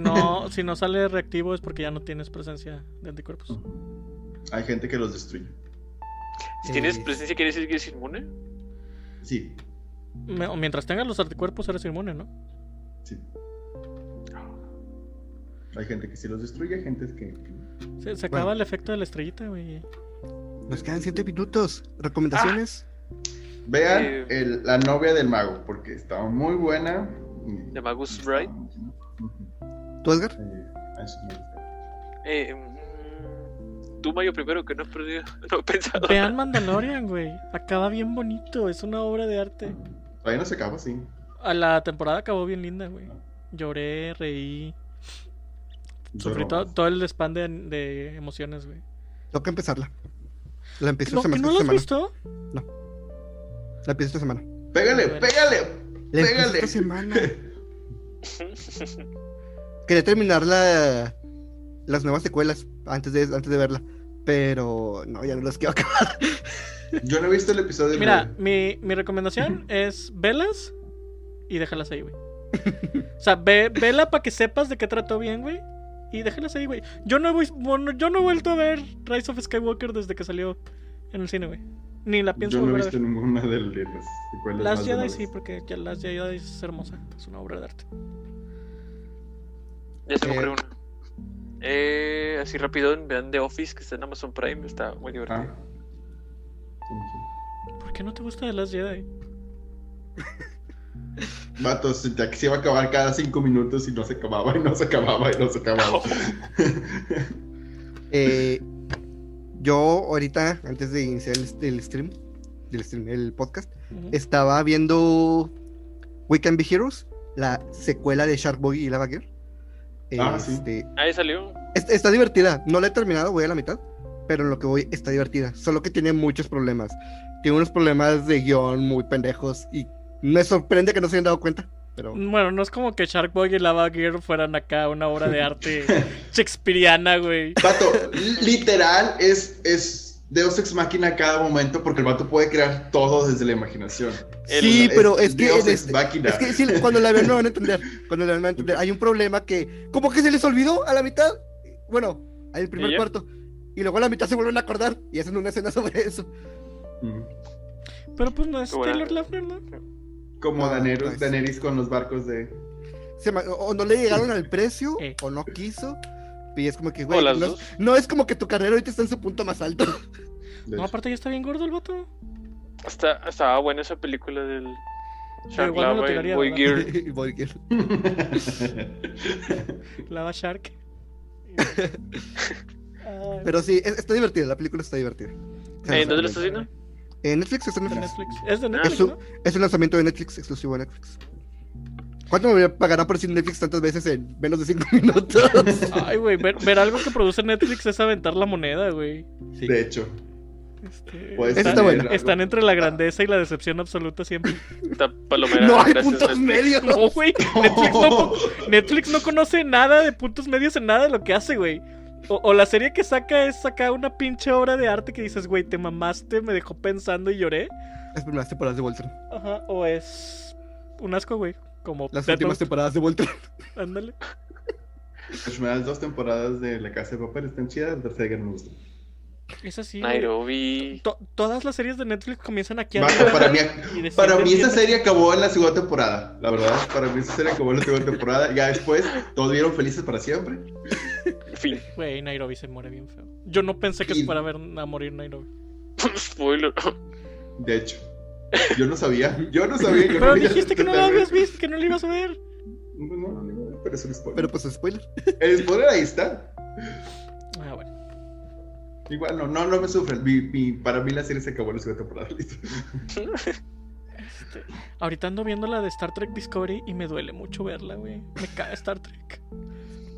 [LAUGHS] no, si no sale reactivo es porque ya no tienes presencia de anticuerpos. Hay gente que los destruye. Si Eh. tienes presencia, ¿quiere decir que eres inmune? Sí, Me- o mientras tengas los anticuerpos eres inmune, ¿no? sí. Hay gente que sí los destruye, hay gente que... que- Se, se acaba Bueno. el efecto de la estrellita, güey. Nos quedan 7 minutos. ¿Recomendaciones? Vean Eh. el- la novia del mago, porque estaba muy buena. y- The Magus Bride. Ujú. Ah. ¿Tú, Edgar? Eh, así es. Eh, mm, tú, Mayo, primero que no has perdido. [LAUGHS] No he pensado. Vean Mandalorian, güey. Acaba bien bonito, es una obra de arte. Todavía no se acaba, sí. A la temporada acabó bien linda, güey. Lloré, reí, sufrí to- todo el spam de, de emociones, güey. Tengo que empezarla. La empiezo ¿No, esta que semana. no lo has semana. visto? La empiezo esta semana. Pégale, Bueno. pégale. La empiezo Pégale. esta semana. Quería terminar la- las nuevas secuelas antes de, antes de verla. Pero no, ya no las quiero acabar. [LAUGHS] Yo no he visto el episodio. Mira, nueve. mi, mi recomendación es velas y déjalas ahí, güey. O sea, ve, vela para que sepas de qué trató bien, güey. Y déjalas ahí, güey. Yo no, he, vuis- bueno, yo no he vuelto a ver Rise of Skywalker desde que salió en el cine, güey. Ni la pienso Yo no he volver a visto ver. ninguna de las secuelas. Las más de Jedi una sí, vez. porque ya Las Jedi es hermosa. Es una obra de arte. Ya se me Eh. ocurrió una. Eh, así rápido, vean The Office, que está en Amazon Prime. Está muy Ah. divertido. ¿Por qué no te gusta de Las Jedi? Vato, se, te- se iba a acabar cada cinco minutos y no se acababa, y no se acababa, y no se acababa. Eh, yo ahorita, antes de iniciar el, el stream, el stream, el podcast, Ujú. estaba viendo We Can Be Heroes, la secuela de Shark Boy y Lava Girl. Ah, sí. Este, Ahí salió. es- Está divertida, no la he terminado, voy a la mitad, pero en lo que voy está divertida, solo que tiene muchos problemas. Tiene unos problemas de guión muy pendejos y me sorprende que no se hayan dado cuenta, pero Bueno, no es como que Shark Boy y Lava Gear fueran acá una obra [LAUGHS] de arte shakespeariana, güey. [LAUGHS] Vato, literal es, es Deus Ex Máquina a cada momento porque el vato puede crear todo desde la imaginación. El- sí, pero es que, Deus en Ex este- Máquina. es que sí, cuando la vean no van a entender, cuando la vean no van a entender. Hay un problema que como que se les olvidó a la mitad, bueno, al ¿Y primer ya? cuarto, y luego a la mitad se vuelven a acordar y hacen una escena [LAUGHS] sobre eso. Mm. Pero pues no es Qué buena. Taylor Lautner, ¿no? Como Ah, Daenerys, nice. Daenerys con los barcos de... Se ma- o no le llegaron al precio, Eh. o no quiso. Y es como que, güey, o las no, dos. no es como que tu carrera ahorita está en su punto [LAUGHS] más alto. de- [LAUGHS] No, aparte ya está bien gordo el vato. Está, estaba buena esa película del. Shark igual no lo Lava y tiraría, Boy [LAUGHS] ¿verdad? Gear. Y voy, que- [LAUGHS] Lava Shark. Eh, ah, Ay, Pero sí, es- está divertida, la película está divertida. Se Eh, lanzó. ¿Dónde lo estás [LAUGHS] viendo? En Netflix, está en de Netflix. Netflix. Es de Es Netflix, un, ¿no? es un lanzamiento de Netflix, exclusivo de Netflix. ¿Cuánto me pagará por decir Netflix tantas veces en menos de 5 [LAUGHS] minutos? Ay, güey, ver, ver algo que produce Netflix es aventar la moneda, güey. De hecho. Este, Eso Pues, Puedes está tener bueno. algo. Están entre la grandeza y la decepción [LAUGHS] absoluta siempre. Está Palomera. no hay gracias, este puntos Netflix. medios. No, [LAUGHS] güey. Netflix no, Netflix no conoce nada de puntos medios en nada de lo que hace, güey. O, o la serie que saca es saca una pinche obra de arte que dices, güey, te mamaste, me dejó pensando y lloré. Las primeras temporadas de Voltron. Ajá, o es un asco, güey. Como Las Death últimas Note. temporadas de Voltron. Ándale. Las primeras dos temporadas de La Casa de Papel están chidas, la tercera ya no me gustó. Es así. güey. Nairobi. To- todas las series de Netflix comienzan aquí Bajo, arriba, [LAUGHS] para mí, güey, y descienden para mí esa siempre. serie acabó en la segunda temporada, la verdad. Para mí esa serie acabó en la segunda temporada. Ya después, todos vieron felices para siempre. Fin. [LAUGHS] Güey, Nairobi se muere bien feo. Yo no pensé que Sí. se fuera a, ver, a morir Nairobi. Spoiler. De hecho, yo no sabía. Yo no sabía. yo Pero vi- dijiste que no la habías visto, que no la ibas a ver. No, no, no, pero es un spoiler. [LAUGHS] Pero pues spoiler. El spoiler ahí está. Ah, bueno. Igual, no, no, no me sufren. Mi- mi- para mí la serie se acabó en la segunda temporada. listo. Este, ahorita ando viendo la de Star Trek Discovery y me duele mucho verla, güey. Me cae Star Trek.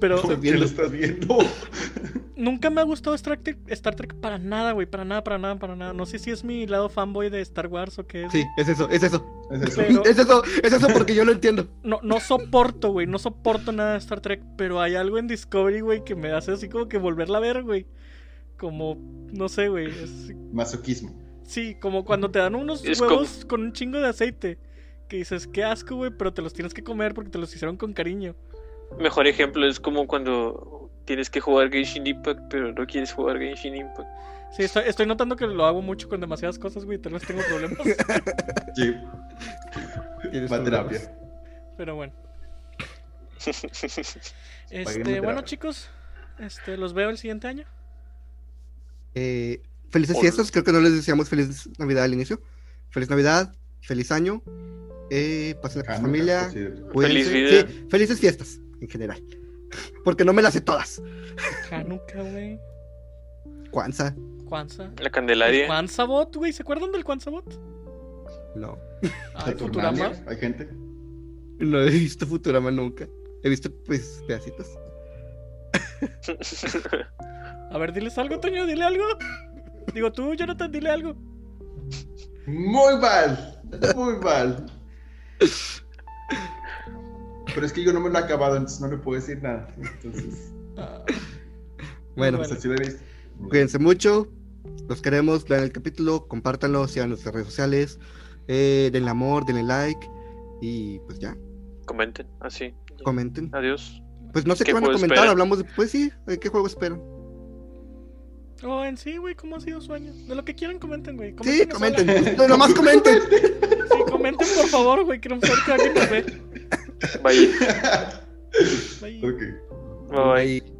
Pero ¿Por qué lo estás [LAUGHS] viendo? nunca me ha gustado Star Trek, Star Trek para nada, güey. Para nada, para nada, para nada. No sé si es mi lado fanboy de Star Wars o qué es. Sí, es eso, es eso. Es eso. [LAUGHS] Pero- Es eso, es eso porque yo lo entiendo. No, no soporto, güey. No soporto nada de Star Trek. Pero hay algo en Discovery, güey, que me hace así como que volverla a ver, güey. Como, no sé, güey. es- Masoquismo. Sí, como cuando te dan unos Es huevos con un chingo de aceite. Que dices, qué asco, güey, pero te los tienes que comer porque te los hicieron con cariño. Mejor ejemplo es como cuando tienes que jugar Genshin Impact, pero no quieres jugar Genshin Impact. Sí, estoy, estoy notando que lo hago mucho con demasiadas cosas, güey, tal vez tengo problemas. Sí, Tienes va a problemas. terapia. pero bueno. Paguen la Este, terapia. bueno, chicos, este, los veo el siguiente año. Eh, felices Hola. fiestas, creo que no les deseamos feliz Navidad al inicio. Feliz Navidad, feliz año. Eh, pasen la Hanukkah, familia. Ah, pues, sí. cuídense. Feliz vida. Sí, felices fiestas en general. [LAUGHS] Porque no me las sé todas. Hanukkah, güey. Cuanza, Kwanzaa. La El Candelaria. Kwanzaa Bot, güey, ¿se acuerdan del Kwanzaa Bot? no. Ay, Saturnalia, Ah, Futurama. Hay gente. No he visto Futurama nunca. He visto pues pedacitos. A ver, diles algo, Toño, dile algo. Digo tú, Jonathan, dile algo. Muy mal, muy mal. Pero es que yo no me lo he acabado, entonces no le puedo decir nada. Entonces, Ah, Bueno, pues, o sea, sí lo he visto. Cuídense mucho. Los queremos. Vean el capítulo. Compártanlo. Sigan nuestras redes sociales. Eh, denle amor. Denle like. Y pues ya. [LAUGHS] Comenten, así. Comenten. Adiós. Pues no sé ¿Qué qué, van a juego comentar. esperan? Hablamos de. Pues sí. ¿de ¿Qué juego esperan? Oh, en sí, güey, ¿cómo ha sido su año? De lo que quieran, comenten, güey. Sí, Coméntenos comenten. No, nomás comenten. algo. Sí, comenten, por favor, güey. Queremos saber que alguien nos ve. Bye. [LAUGHS] Bye. Ok. Bye. bye. Bye.